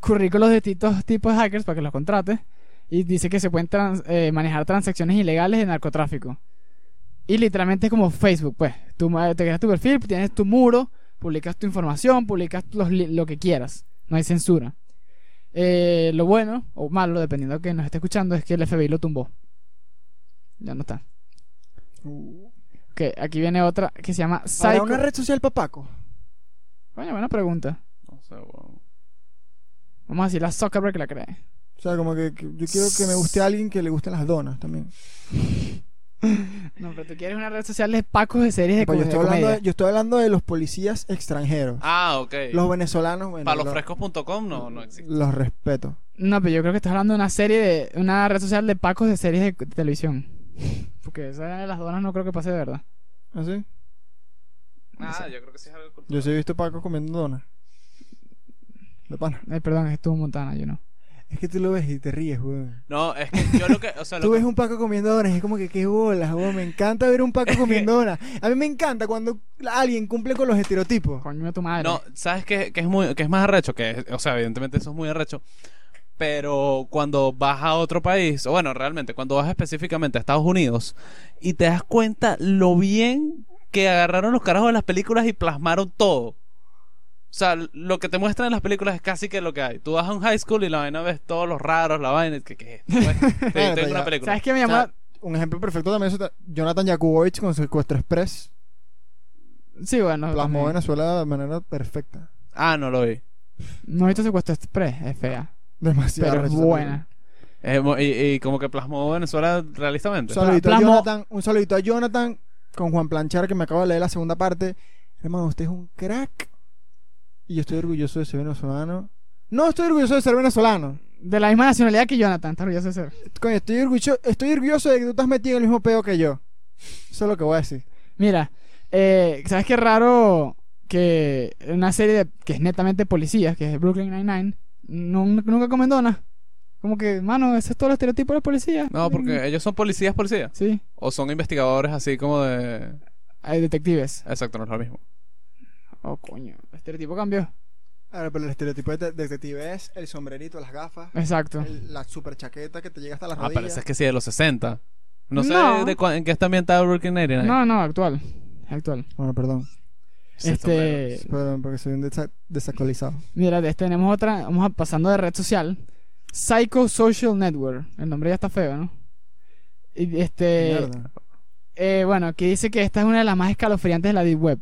Speaker 2: currículos de distintos tipos de hackers para que los contrates. Y dice que se pueden trans- eh, manejar transacciones ilegales de narcotráfico. Y literalmente es como Facebook, pues. Tú ma- te creas tu perfil, tienes tu muro, publicas tu información, publicas los li- lo que quieras. No hay censura. Eh, lo bueno o malo, dependiendo de que nos esté escuchando, es que el FBI lo tumbó. Ya no está. Ok, aquí viene otra que se llama
Speaker 3: ¿Habrá
Speaker 2: Psycho.
Speaker 3: Uh. una red social papaco?
Speaker 2: Coño, buena pregunta.
Speaker 1: No sé, weón.
Speaker 2: Vamos a decir la Zuckerberg que la cree.
Speaker 3: O sea, como que, que yo quiero que me guste a alguien que le gusten las donas también.
Speaker 2: No, pero tú quieres una red social de pacos de series de,
Speaker 3: Pues yo,
Speaker 2: co- de
Speaker 3: estoy hablando
Speaker 2: comedia.
Speaker 3: de, yo estoy hablando de los policías extranjeros.
Speaker 1: Ah, ok.
Speaker 3: Los venezolanos, bueno.
Speaker 1: Para
Speaker 3: los-
Speaker 1: losfrescos.com no, no existe.
Speaker 3: Los respeto.
Speaker 2: No, pero yo creo que estás hablando de una serie de... Una red social de pacos de series de, co- de televisión. Porque esa de las donas no creo que pase de verdad.
Speaker 3: ¿Así?
Speaker 1: Ah, yo creo que sí es algo
Speaker 3: Yo sí he visto Paco comiendo donas. De pana.
Speaker 2: Ay, Eh, perdón, estuvo Montana, yo no.
Speaker 3: Es que tú lo ves y te ríes, weón.
Speaker 1: No, es que yo lo que. O sea, lo
Speaker 3: Tú
Speaker 1: que-
Speaker 3: ves un Paco comiendo donas y es como que qué bolas, weón. Me encanta ver un Paco comiendo donas. A mí me encanta cuando alguien cumple con los estereotipos.
Speaker 2: Coño de tu madre.
Speaker 1: No, ¿sabes qué, qué es, muy, qué es más arrecho? Que, o sea, evidentemente eso es muy arrecho. Pero cuando vas a otro país, o bueno, realmente, cuando vas específicamente a Estados Unidos y te das cuenta lo bien que agarraron los carajos de las películas y plasmaron todo. O sea, lo que te muestran en las películas es casi que lo que hay. Tú vas a un high school y la vaina ves todos los raros, la vaina, que qué es esto, pues? Te- te digo una película.
Speaker 2: ¿Sabes qué me llamó?
Speaker 3: O sea, un ejemplo perfecto también es Jonathan Yakubovic con Secuestro Express.
Speaker 2: sí, bueno.
Speaker 3: Plasmó
Speaker 2: también.
Speaker 3: Venezuela de manera perfecta.
Speaker 1: Ah, no lo vi.
Speaker 2: No he visto Secuestro Express, es fea.
Speaker 3: Demasiado.
Speaker 2: pero es
Speaker 3: arrecho
Speaker 2: buena.
Speaker 1: Eh, mo- y, y como que plasmó Venezuela realistamente.
Speaker 3: Un saludito, a
Speaker 2: Plasmó-
Speaker 3: Jonathan, un saludito a Jonathan con Juan Planchar que me acabo de leer la segunda parte. Hermano, usted es un crack. Y yo estoy orgulloso de ser venezolano. No estoy orgulloso de ser venezolano.
Speaker 2: De la misma nacionalidad que Jonathan, te orgulloso de ser.
Speaker 3: Coño, estoy orgulloso, estoy orgulloso de que tú estás metido en el mismo pedo que yo. Eso es lo que voy a decir.
Speaker 2: Mira, eh, ¿sabes qué raro que una serie de- que es netamente policías, que es Brooklyn Nine-Nine, nun- nunca comendona? Como que, mano, ese es todo el estereotipo de los policías.
Speaker 1: No, porque ellos son policías, policías.
Speaker 2: Sí,
Speaker 1: O son investigadores así como de...
Speaker 2: hay detectives.
Speaker 1: Exacto, no es lo mismo.
Speaker 2: Oh, coño, el estereotipo cambió.
Speaker 3: Ahora, pero el estereotipo de de- detective es el sombrerito, las gafas,
Speaker 2: Exacto.
Speaker 3: el- la super chaqueta que te llega hasta las
Speaker 1: Ah, pero
Speaker 3: rodillas.
Speaker 1: ese es que sí, de los 60. No sé
Speaker 2: No.
Speaker 1: de cua- en qué está ambientado Brooklyn Nine-Nine.
Speaker 2: No, no, actual. Actual.
Speaker 3: Bueno, perdón,
Speaker 1: Ese
Speaker 2: este-
Speaker 1: sombrero.
Speaker 3: perdón, porque soy un desa- desactualizado.
Speaker 2: Mira, de este tenemos otra, vamos a- pasando de red social. Psycho Social Network. El nombre ya está feo, ¿no? Y este...
Speaker 3: Mierda.
Speaker 2: Eh, bueno, aquí dice que esta es una de las más escalofriantes de la Deep Web,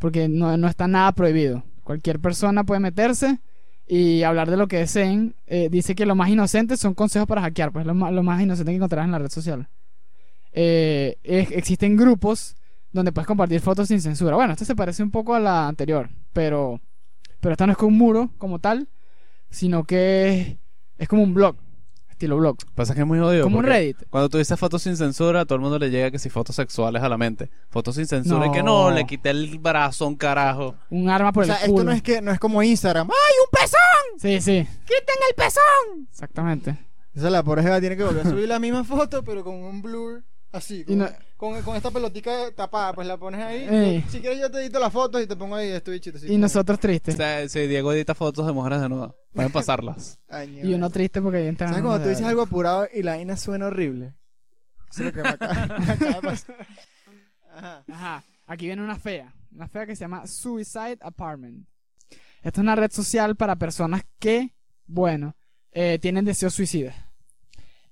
Speaker 2: porque no, no está nada prohibido. Cualquier persona puede meterse y hablar de lo que deseen. Eh, dice que lo más inocente son consejos para hackear, pues lo, ma- lo más inocente que encontrarás en la red social. Eh, es- existen grupos donde puedes compartir fotos sin censura. Bueno, esta se parece un poco a la anterior, pero, pero esta no es como un muro como tal, sino que es, es como un blog, estilo blog,
Speaker 1: Pasa que es muy jodido.
Speaker 2: como un
Speaker 1: porque
Speaker 2: Reddit.
Speaker 1: Cuando tú dices fotos sin censura, a todo el mundo le llega que si fotos sexuales a la mente. Fotos sin censura y que no,
Speaker 2: No.
Speaker 1: le quité el brazo a un carajo.
Speaker 2: Un arma por
Speaker 3: O sea,
Speaker 2: el culo.
Speaker 3: esto no es que no es como Instagram.
Speaker 2: Sí, sí. ¡Quiten el pezón! Exactamente.
Speaker 3: Esa la pobre jeva tiene que volver a subir la misma foto, pero con un blur así.
Speaker 2: Y
Speaker 3: Con,
Speaker 2: no-
Speaker 3: con, con esta pelotica tapada, pues la pones ahí.
Speaker 2: Ey.
Speaker 3: Si quieres yo te edito las fotos y te pongo ahí este bichito así.
Speaker 2: Y nosotros
Speaker 1: O
Speaker 2: tristes.
Speaker 1: sea, si Diego edita fotos de mujeres desnudas. Pueden pasarlas.
Speaker 3: Año,
Speaker 2: Y uno triste porque entra.
Speaker 3: ¿Sabes cuando tú dices algo apurado y la vaina suena horrible? Eso es lo que me acaba, me acaba de pasar. Ajá.
Speaker 2: Ajá. Aquí viene una fea. Una fea que se llama Suicide Apartment. Esta es una red social para personas que, bueno, eh, tienen deseos suicidas.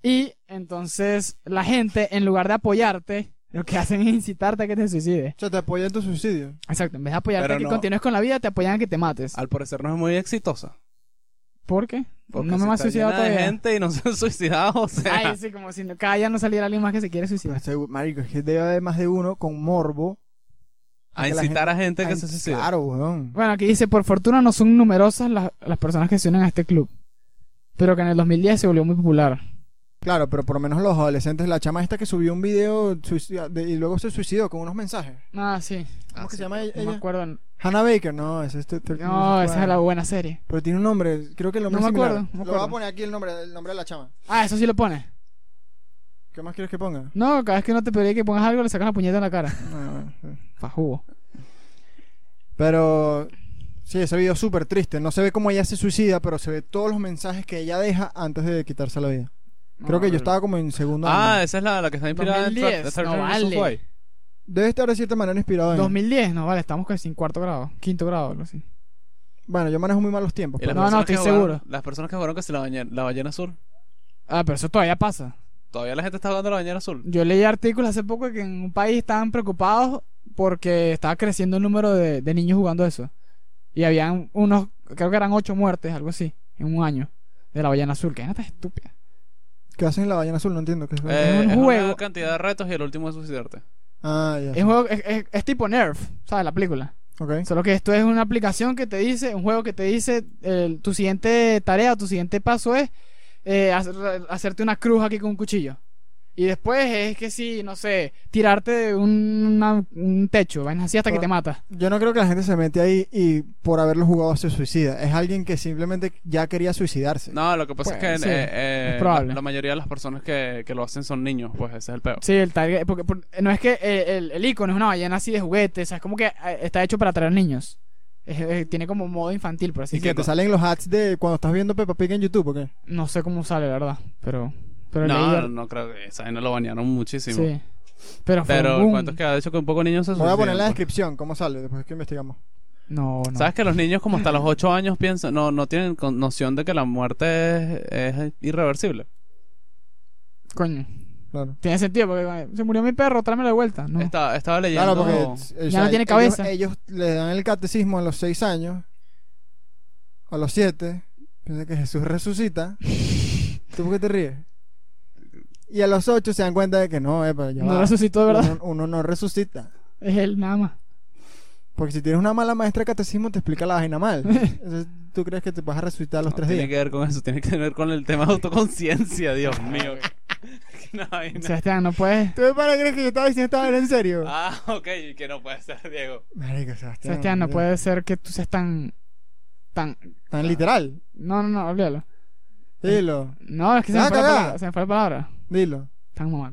Speaker 2: Y entonces la gente, en lugar de apoyarte, lo que hacen es incitarte a que te suicides.
Speaker 3: O sea, te apoya en tu suicidio.
Speaker 2: Exacto. En vez de apoyarte
Speaker 1: Pero
Speaker 2: a que
Speaker 1: no. Ah.
Speaker 2: continúes con la vida, te apoyan a que te mates.
Speaker 1: Al parecer no es muy exitosa.
Speaker 2: ¿Por qué?
Speaker 1: Porque
Speaker 2: no
Speaker 1: si
Speaker 2: me me he
Speaker 1: está
Speaker 2: suicidado
Speaker 1: llena de
Speaker 2: todavía.
Speaker 1: gente y no se han suicidado, o sea.
Speaker 2: Ay, sí, como si no- cada día no saliera alguien más que se quiere suicidar.
Speaker 3: Estoy- Este, Marico, es que debe haber más de uno con morbo.
Speaker 1: a
Speaker 3: que la
Speaker 1: incitar a gente que
Speaker 3: Ay,
Speaker 1: se suicida.
Speaker 3: Claro, weón.
Speaker 2: Bueno, aquí dice, por fortuna no son numerosas las, las personas que se unen a este club. Pero que en el 2010 se volvió muy popular.
Speaker 3: Claro, pero por lo menos los adolescentes, la chama esta que subió un video suicida- de- y luego se suicidó con unos mensajes.
Speaker 2: Ah, sí.
Speaker 1: Ah,
Speaker 3: ¿Cómo que
Speaker 1: sí.
Speaker 3: se llama
Speaker 2: No me
Speaker 3: ella?
Speaker 2: acuerdo. No,
Speaker 3: Hannah Baker, no, esa es tu- tu- tu-
Speaker 2: esa es la buena serie.
Speaker 3: Pero tiene un nombre, creo que el nombre
Speaker 2: No
Speaker 3: es
Speaker 2: me
Speaker 3: similar.
Speaker 2: acuerdo, no me
Speaker 3: Lo voy a
Speaker 2: acuerdo.
Speaker 3: poner aquí el nombre, el nombre de la chama.
Speaker 2: Ah, eso sí lo pones.
Speaker 3: ¿Qué más quieres que ponga?
Speaker 2: No, cada vez que no te pedí que pongas algo, le sacas la puñeta en la cara.
Speaker 3: Ah, bueno, sí.
Speaker 2: Pa' jugo.
Speaker 3: Pero sí, ese video es súper triste. No se ve cómo ella se suicida, pero se ve todos los mensajes que ella deja antes de quitarse la vida. Creo que yo estaba como en segundo
Speaker 1: Ah,
Speaker 3: año.
Speaker 1: esa es la, la que está inspirada en
Speaker 2: 2010,
Speaker 1: Tra- Tra-
Speaker 2: no
Speaker 1: Tra-
Speaker 2: vale.
Speaker 1: Tra-
Speaker 3: Debe estar de cierta manera inspirado en...
Speaker 2: 2010, no, vale, estamos casi en cuarto grado, quinto grado, algo así.
Speaker 3: Bueno, yo manejo muy mal los tiempos.
Speaker 1: Y las
Speaker 2: No, no,
Speaker 1: personas que
Speaker 2: estoy
Speaker 1: jugaron-
Speaker 2: seguro.
Speaker 1: Las personas que jugaron que si la, bañe- la ballena azul.
Speaker 2: Ah, pero eso todavía pasa.
Speaker 1: Todavía la gente está jugando la ballena azul.
Speaker 2: Yo leí artículos hace poco que en un país estaban preocupados porque estaba creciendo el número de, de niños jugando eso. Y habían unos, creo que eran ocho muertes, algo así, en un año, de la ballena azul, que es tan estúpida.
Speaker 3: ¿Qué hacen en la ballena azul? No entiendo. ¿Qué es lo-
Speaker 1: Eh,
Speaker 2: es un
Speaker 1: es
Speaker 2: juego.
Speaker 1: una cantidad de retos y el último es suicidarte.
Speaker 3: Ah, ya.
Speaker 2: Es, juego, es, es- es tipo Nerf, ¿sabes? La película.
Speaker 3: Ok.
Speaker 2: Solo que esto es una aplicación que te dice, un juego que te dice, eh, tu siguiente tarea, tu siguiente paso es eh, hacer- hacerte una cruz aquí con un cuchillo. Y después es que sí, no sé, tirarte de un, una- un techo, vainas así hasta que
Speaker 3: Ah.
Speaker 2: te mata.
Speaker 3: Yo no creo que la gente se mete ahí y por haberlo jugado se suicida. Es alguien que simplemente ya quería suicidarse.
Speaker 1: No, lo que pasa
Speaker 2: Bueno,
Speaker 1: es que
Speaker 2: Pues, sí,
Speaker 1: eh, eh,
Speaker 2: es probable.
Speaker 1: La, la mayoría de las personas que, que lo hacen son niños, pues ese es el peor.
Speaker 2: Sí, el target, porque, por- no es que eh, el, el icono es una ballena así de juguete, o sea, es como que eh, está hecho para atraer niños. Es- es- tiene como modo infantil, por así
Speaker 3: y que te
Speaker 2: decirlo.
Speaker 3: salen los ads de cuando estás viendo Peppa Pig en YouTube, ¿o qué?
Speaker 2: No sé cómo sale, la verdad, pero... pero leí
Speaker 1: No,
Speaker 2: ar-
Speaker 1: no, no creo que esa no lo bañaron muchísimo.
Speaker 2: sí. Pero fue
Speaker 1: Pero
Speaker 2: un
Speaker 1: el
Speaker 2: boom.
Speaker 1: cuento es que ha hecho que un poco niños se
Speaker 3: Voy a poner en la
Speaker 1: suicidan, pues.
Speaker 3: descripción cómo sale, después que investigamos.
Speaker 2: No, no.
Speaker 1: ¿Sabes que los niños como hasta los 8 años piensan, no, no tienen con- noción de que la muerte es, es irreversible?
Speaker 2: Coño.
Speaker 3: Claro.
Speaker 2: Tiene sentido porque eh, se murió mi perro, tráeme la vuelta. No.
Speaker 1: Esta- estaba leyendo...
Speaker 3: Claro, porque o
Speaker 2: Ya no tiene
Speaker 3: ellos-
Speaker 2: cabeza.
Speaker 3: Ellos, le dan el catecismo a los seis años, a los siete, piensan que Jesús resucita. ¿Tú por qué te ríes? Y a los ocho se dan cuenta de que no, eh, pero ya
Speaker 2: no
Speaker 3: va.
Speaker 2: resucitó de verdad.
Speaker 3: Uno, uno no resucita.
Speaker 2: Es él nada más.
Speaker 3: Porque si tienes una mala maestra de catecismo, te explica la vaina mal. Entonces, tú crees que te vas a resucitar a los
Speaker 1: No
Speaker 3: tres
Speaker 1: tiene
Speaker 3: días.
Speaker 1: que ver con eso, tiene que ver con el tema de autoconciencia, Dios mío. No, hay nada.
Speaker 2: Sebastián, no puedes.
Speaker 3: ¿Tú de pana crees que yo estaba diciendo esta vaina en serio?
Speaker 1: Ah, ok, que no puede ser, Diego.
Speaker 3: Marico, Sebastián.
Speaker 2: Sebastián, no
Speaker 3: ya.
Speaker 2: puede ser que tú seas tan. tan.
Speaker 3: Tan literal.
Speaker 2: No, no, no, olvídalo.
Speaker 3: Dilo,
Speaker 2: No, es que se
Speaker 3: Ah,
Speaker 2: me, fue la
Speaker 3: cagá.
Speaker 2: palabra, se me fue la palabra.
Speaker 3: dilo.
Speaker 2: Tan mamá,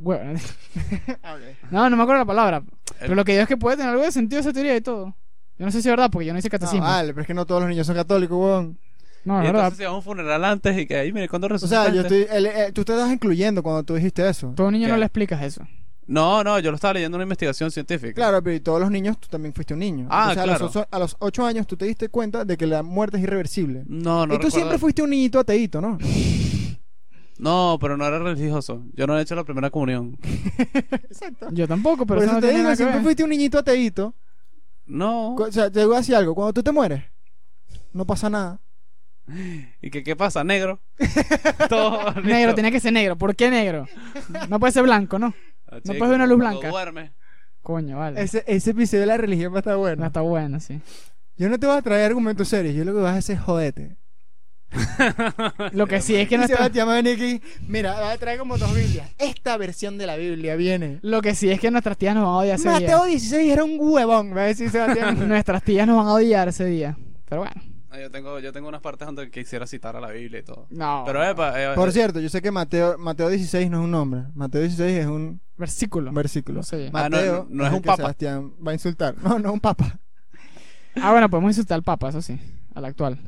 Speaker 3: Ah,
Speaker 2: No, no me acuerdo la palabra. Pero lo que digo es que puede tener algo de sentido esa teoría y todo. Yo no sé si es verdad porque yo no hice
Speaker 3: No,
Speaker 2: catecismo. No,
Speaker 3: Ah, vale, pero es que no todos los niños son católicos, weón.
Speaker 1: Y
Speaker 2: es verdad.
Speaker 1: entonces se va a un funeral antes y que ahí, mire, ¿cuándo este?
Speaker 3: O sea,
Speaker 1: resucitaste?
Speaker 3: yo estoy, el- eh, tú te estás incluyendo cuando tú dijiste eso.
Speaker 2: Todo niño no
Speaker 1: ¿Qué?
Speaker 2: le explicas eso.
Speaker 1: No, no, yo lo estaba leyendo en una investigación científica.
Speaker 3: Claro, pero y todos los niños, tú también fuiste un niño.
Speaker 1: Ah,
Speaker 3: o sea, a, los
Speaker 1: claro.
Speaker 3: ocho, a los ocho años tú te diste cuenta de que la muerte es irreversible.
Speaker 1: No, no
Speaker 3: y tú
Speaker 1: recuerdo-
Speaker 3: siempre fuiste un niñito ateíto, ¿no?
Speaker 1: No, pero no era religioso. Yo no he hecho la primera comunión.
Speaker 3: Exacto.
Speaker 2: Yo tampoco, pero
Speaker 3: Por
Speaker 2: eso
Speaker 3: eso
Speaker 2: no
Speaker 3: te
Speaker 2: tiene
Speaker 3: digo,
Speaker 2: nada que
Speaker 3: siempre
Speaker 2: ver.
Speaker 3: fuiste un niñito ateíto.
Speaker 1: No.
Speaker 3: Cu- O sea, te voy a decir algo. Cuando tú te mueres, no pasa nada.
Speaker 1: ¿Y que, qué pasa, negro? Todo
Speaker 2: Negro, tenía que ser negro. ¿Por qué negro? No puede ser blanco, ¿no? no puedes ver una luz blanca.
Speaker 1: Ah, Duerme.
Speaker 2: Coño, vale.
Speaker 3: Ese, ese episodio de la religión va a estar bueno.
Speaker 2: No está bueno, sí.
Speaker 3: Yo no te voy a traer argumentos serios. Yo lo que voy a hacer es jodete.
Speaker 2: Lo que sí es que
Speaker 3: Y
Speaker 2: no está...
Speaker 3: Sebastián va a venir aquí. Mira, va a traer como dos Biblias. Esta versión de la Biblia viene.
Speaker 2: Lo que sí es que nuestras tías nos van a odiar ese
Speaker 3: Mateo
Speaker 2: día.
Speaker 3: 16 era un huevón, va a decir Sebastián.
Speaker 2: Nuestras tías nos van a odiar ese día. Pero bueno.
Speaker 1: Ah, Yo tengo, yo tengo unas partes donde quisiera citar a la Biblia y todo.
Speaker 2: No.
Speaker 1: Pero, epa, eh,
Speaker 3: Por
Speaker 1: eh,
Speaker 3: cierto, yo sé que Mateo, Mateo 16 no es un nombre. Mateo 16 es un
Speaker 2: Versículo.
Speaker 3: versículo.
Speaker 2: No sé.
Speaker 1: Ah, no,
Speaker 3: Mateo
Speaker 1: no, no es
Speaker 3: el
Speaker 1: un
Speaker 3: que
Speaker 1: papa.
Speaker 3: Sebastián va a insultar. No, no es un papa.
Speaker 2: Ah, bueno, podemos insultar al Papa, eso sí. Al actual.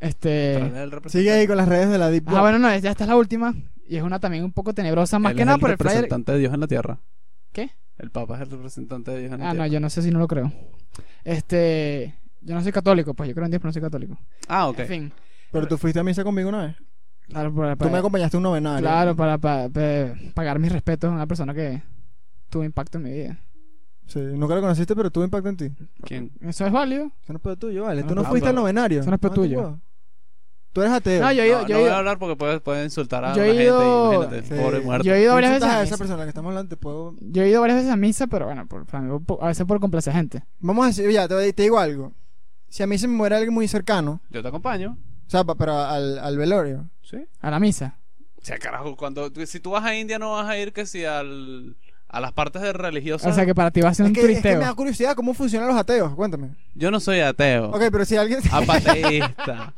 Speaker 2: Este.
Speaker 1: Tras el representante.
Speaker 3: Sigue ahí con las redes de la Deep Web.
Speaker 2: Ah, bueno, no, es- ya esta es la última. Y es una también un poco tenebrosa, más
Speaker 1: Él
Speaker 2: que
Speaker 1: es
Speaker 2: nada
Speaker 1: el
Speaker 2: por el flyer.
Speaker 1: representante de Dios en la tierra.
Speaker 2: ¿Qué?
Speaker 1: El Papa es el representante de Dios en la
Speaker 2: Ah, no,
Speaker 1: tierra.
Speaker 2: yo no sé si no lo creo. Este. Yo no soy católico, pues yo creo en Dios, pero no soy católico.
Speaker 1: Ah, ok.
Speaker 2: En fin.
Speaker 3: Pero tú fuiste a misa conmigo una vez.
Speaker 2: Claro, para,
Speaker 3: Tú me
Speaker 2: para-
Speaker 3: acompañaste a un novenario.
Speaker 2: Pues, claro, para, para- para pagar mis respetos a una persona que tuvo impacto en mi vida.
Speaker 3: Sí, nunca lo conociste, pero tuvo impacto en ti.
Speaker 1: ¿Quién?
Speaker 2: Eso es válido.
Speaker 3: Eso no es pedo tuyo, vale.
Speaker 2: Eso
Speaker 3: Tú
Speaker 2: no
Speaker 3: no
Speaker 1: es
Speaker 3: fuiste
Speaker 1: pedo.
Speaker 3: al novenario.
Speaker 2: Eso no es pedo
Speaker 3: te
Speaker 2: tuyo.
Speaker 3: puedo. Tú eres ateo.
Speaker 2: No, yo he ido.
Speaker 1: no, no
Speaker 2: yo he
Speaker 1: voy
Speaker 2: ido-
Speaker 1: a hablar porque puede, puede insultar a
Speaker 2: Yo he
Speaker 1: la gente.
Speaker 2: ido-
Speaker 1: Imagínate,
Speaker 3: Sí.
Speaker 1: pobre muerto.
Speaker 2: yo he ido
Speaker 3: Tú
Speaker 2: varias
Speaker 3: insultas
Speaker 2: veces.
Speaker 3: a
Speaker 2: a
Speaker 3: esa
Speaker 2: misa.
Speaker 3: persona que estamos hablando, te puedo...
Speaker 2: Yo he ido varias veces a misa, pero bueno, por, para mí, por- a veces por complacer gente.
Speaker 3: Vamos a decir, ya, te, te digo algo. Si a mí se me muere alguien muy cercano,
Speaker 1: Yo te acompaño.
Speaker 3: o sea, pa- pero al, al velorio.
Speaker 1: Sí.
Speaker 2: A la misa.
Speaker 1: O sea, carajo, cuando, tú- si tú vas a India no vas a ir que si al, a las partes de religiosas.
Speaker 2: O sea que para ti va a ser
Speaker 3: Es
Speaker 2: un
Speaker 3: que, es que
Speaker 2: turisteo.
Speaker 3: me da curiosidad cómo funcionan los ateos, cuéntame.
Speaker 1: Yo no soy ateo.
Speaker 3: Ok, pero si alguien...
Speaker 1: Ah, Apateísta.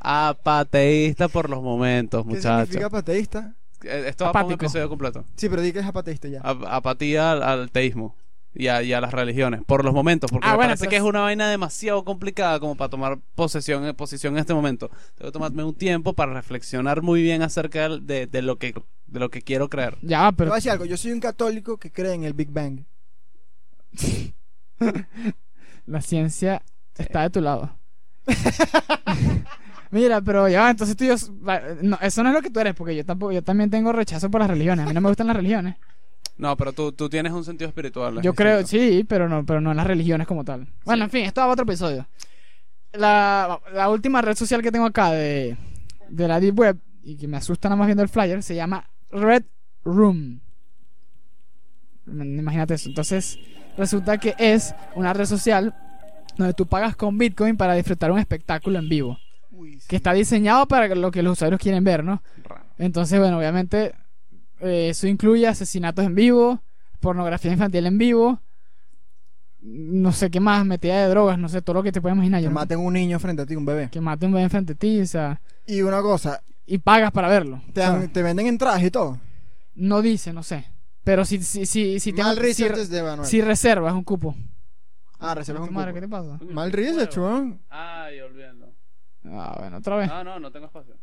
Speaker 1: Apateísta por los momentos,
Speaker 3: ¿Qué
Speaker 1: muchachos.
Speaker 3: significa apateísta?
Speaker 1: Eh, Esto va para un
Speaker 2: Apático.
Speaker 1: episodio completo.
Speaker 3: Sí, pero di que es apateísta ya.
Speaker 1: Ap- apatía al, al teísmo y a, y a las religiones, por los momentos, porque
Speaker 2: Ah,
Speaker 1: me
Speaker 2: bueno,
Speaker 1: parece
Speaker 2: pero
Speaker 1: que es
Speaker 2: es-
Speaker 1: una vaina demasiado complicada como para tomar posesión, eh, posición en este momento. Tengo que tomarme un tiempo para reflexionar muy bien acerca del- de, de lo, que, de lo que quiero creer.
Speaker 2: Ya va,
Speaker 3: Te voy
Speaker 2: pero
Speaker 3: a decir algo, yo soy un católico que cree en el Big Bang.
Speaker 2: la ciencia está de tu lado. Mira, pero ya va, entonces tú y yo. va, no, eso no es lo que tú eres, porque yo tampoco, yo también tengo rechazo por las religiones. A mí no me gustan las religiones.
Speaker 1: No, pero tú, tú tienes un sentido espiritual. es
Speaker 2: Yo creo,
Speaker 1: distinto.
Speaker 2: sí, pero no, pero no en las religiones como tal. Bueno, en fin, esto va a otro episodio. La, la última red social que tengo acá de, de la Deep Web, y que me asusta nada más viendo el flyer, se llama Red Room. Mm, Imagínate eso. Entonces, resulta que es una red social donde tú pagas con Bitcoin para disfrutar un espectáculo en vivo.
Speaker 3: Uy,
Speaker 2: Que está diseñado para lo que los usuarios quieren ver, ¿no?
Speaker 1: Raro.
Speaker 2: Entonces, bueno, obviamente eh, eso incluye asesinatos en vivo, pornografía infantil en vivo, no sé qué más, metida de drogas, no sé, todo lo que te puedes imaginar.
Speaker 3: Que
Speaker 2: Yo no-
Speaker 3: maten un niño frente a ti, un bebé.
Speaker 2: que mate un bebé enfrente de ti, o sea,
Speaker 3: Y una cosa,
Speaker 2: y pagas para verlo.
Speaker 3: te,
Speaker 2: O sea,
Speaker 3: dan- te venden entradas y todo.
Speaker 2: no dice, no sé. Pero si, si, si, si, te-
Speaker 3: Mal
Speaker 2: si-
Speaker 3: research de Manuel.
Speaker 2: si reservas un cupo.
Speaker 3: Ah, recibes un
Speaker 2: Madre,
Speaker 3: cupo.
Speaker 2: ¿Qué te pasa?
Speaker 3: Mal research, weón.
Speaker 1: Ay, olvídalo.
Speaker 2: Ah, bueno, otra vez.
Speaker 1: No, no, no tengo espacio.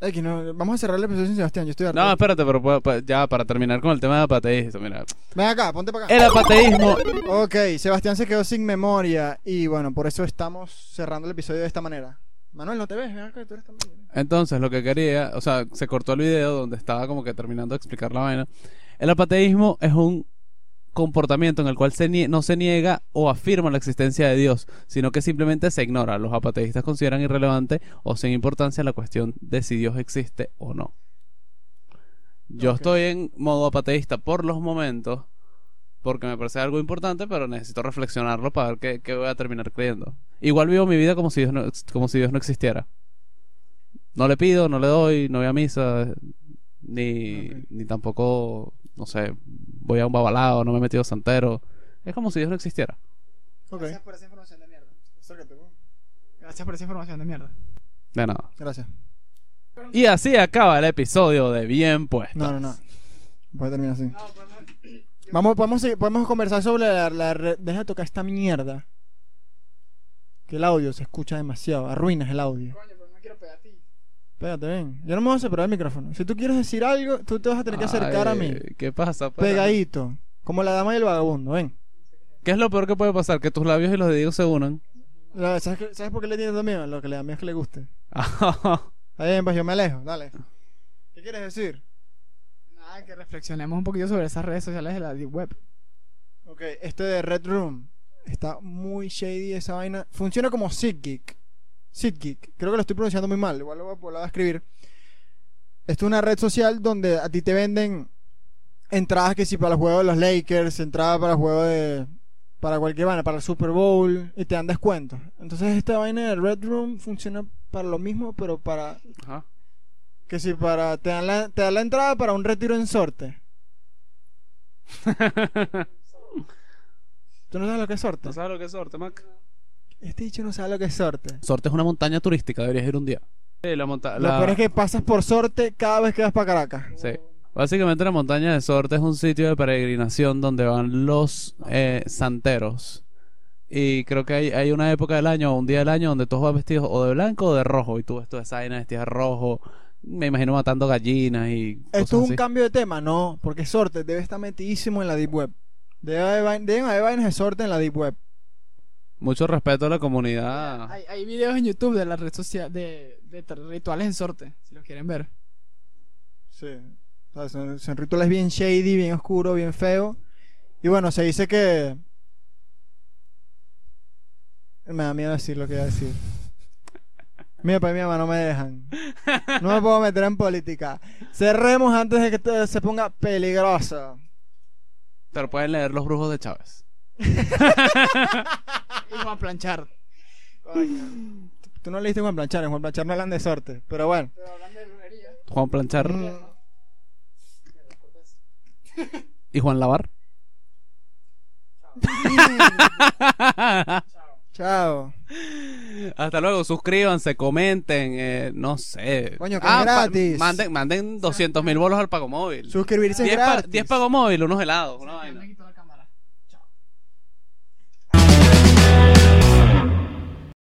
Speaker 3: X, no, vamos a cerrar el episodio sin Sebastián, yo estoy harto.
Speaker 1: No, espérate, pero puedo- pa- ya para terminar con el tema de apateísmo, mira.
Speaker 3: Ven acá, ponte
Speaker 2: Ah.
Speaker 3: para acá.
Speaker 1: El apateísmo.
Speaker 3: Ok, Sebastián se quedó sin memoria y bueno, por eso estamos cerrando el episodio de esta manera. Manuel, no te ves, ven acá, tú eres ¿eh? tan bello.
Speaker 1: Entonces, lo que quería, o sea, se cortó el video donde estaba como que terminando de explicar la vaina. El apateísmo es un comportamiento en el cual se nie- no se niega o afirma la existencia de Dios, sino que simplemente se ignora. Los apateístas consideran irrelevante o sin importancia la cuestión de si Dios existe o no. Yo
Speaker 3: Ok.
Speaker 1: estoy en modo apateísta por los momentos, porque me parece algo importante, pero necesito reflexionarlo para ver qué, qué voy a terminar creyendo. Igual vivo mi vida como si Dios no, ex- como si Dios no existiera. No le pido, no le doy, no voy a misa, eh, ni,
Speaker 3: Ok.
Speaker 1: ni tampoco, no sé, voy a un babalao, no me he metido santero. Es como si Dios no existiera.
Speaker 3: Ok,
Speaker 2: por esa información de mierda.
Speaker 3: acércate, weón.
Speaker 2: Gracias por esa información de mierda.
Speaker 1: De nada.
Speaker 3: Gracias.
Speaker 1: Y así acaba el episodio de Bien Puesto.
Speaker 3: No, no, no. Voy a terminar así. Vamos, podemos, seguir- podemos conversar sobre la, la re- Deja de tocar esta mierda. Que el audio se escucha demasiado. Arruinas el audio.
Speaker 2: Coño, pero no quiero pegar a ti.
Speaker 3: Espérate, ven. Yo no me voy a separar el micrófono. Si tú quieres decir algo, tú te vas a tener que acercar a
Speaker 1: Ay,
Speaker 3: mí.
Speaker 1: ¿Qué pasa? pues? pana?
Speaker 3: Pegadito. Como la dama y el vagabundo, ven.
Speaker 1: ¿Qué es lo peor que puede pasar? Que tus labios y los de Diego se unan.
Speaker 3: No, ¿sabes, qué- ¿Sabes por qué le tienes miedo? Lo que le da miedo es que le guste. Está bien, pues yo me alejo, dale. ¿Qué quieres decir?
Speaker 2: Nada, que reflexionemos un poquito sobre esas redes sociales de la Deep Web.
Speaker 3: Ok, este de Red Room. Está muy shady esa vaina. Funciona como SitGeek. SitGeek. Creo que lo estoy pronunciando muy mal. Igual lo voy a, lo voy a escribir. Esto es una red social donde a ti te venden entradas que si para el juego de los Lakers, entradas para el juego de. para cualquier vaina, para el Super Bowl, y te dan descuentos. Entonces, esta vaina de Red Room funciona para lo mismo, pero para.
Speaker 1: Ajá.
Speaker 3: que si para. te dan la, te dan la entrada para un retiro en sorte. ¿Tú no sabes lo que es sorte?
Speaker 1: ¿No sabes lo que es Sorte, Mac?
Speaker 3: Este dicho no sabe lo que es sorte.
Speaker 1: Sorte es una montaña turística, deberías ir un día. Sí, la monta-
Speaker 3: Lo
Speaker 1: la-
Speaker 3: peor es que pasas por sorte cada vez que vas para Caracas.
Speaker 1: Sí. Básicamente la montaña de Sorte es un sitio de peregrinación donde van los eh, santeros Y creo que hay, hay una época del año, un día del año, donde todos van vestidos o de blanco o de rojo. Y tú ves toda esa vaina vestida de rojo. Me imagino matando gallinas y. cosas
Speaker 3: ¿Esto es un
Speaker 1: así.
Speaker 3: cambio de tema? No, porque Sorte debe estar metidísimo en la Deep Web. Debe haber vain- deben haber vainas de Sorte en la Deep Web.
Speaker 1: Mucho respeto a la comunidad.
Speaker 2: Hay, hay videos en YouTube de la red social de, de tra- rituales en sorte, si los quieren ver.
Speaker 3: Sí. O sea, son, son rituales bien shady, bien oscuro, bien feo. Y bueno, se dice que. Me da miedo decir lo que iba a decir. Mi papá y mi mamá no me dejan. No me puedo meter en política. Cerremos antes de que te- se ponga peligroso.
Speaker 1: Pero pueden leer Los Brujos de Chávez.
Speaker 2: Y Juan Planchar.
Speaker 3: Coño. Tú no leíste Juan Planchar, en Juan Planchar no hablan de sorte. Pero bueno.
Speaker 2: Pero hablando de brujería.
Speaker 1: Juan Planchar
Speaker 3: Mm,
Speaker 1: y Juan Lavar.
Speaker 3: Chao.
Speaker 1: Hasta luego, suscríbanse, comenten, eh, no sé. Ah,
Speaker 3: Coño, que es
Speaker 1: pa-
Speaker 3: gratis.
Speaker 1: Manden, manden 200 mil bolos al pago móvil.
Speaker 3: Suscribirse es
Speaker 1: 10,
Speaker 3: gratis.
Speaker 1: pago móvil, unos helados, una vaina.
Speaker 2: Bueno.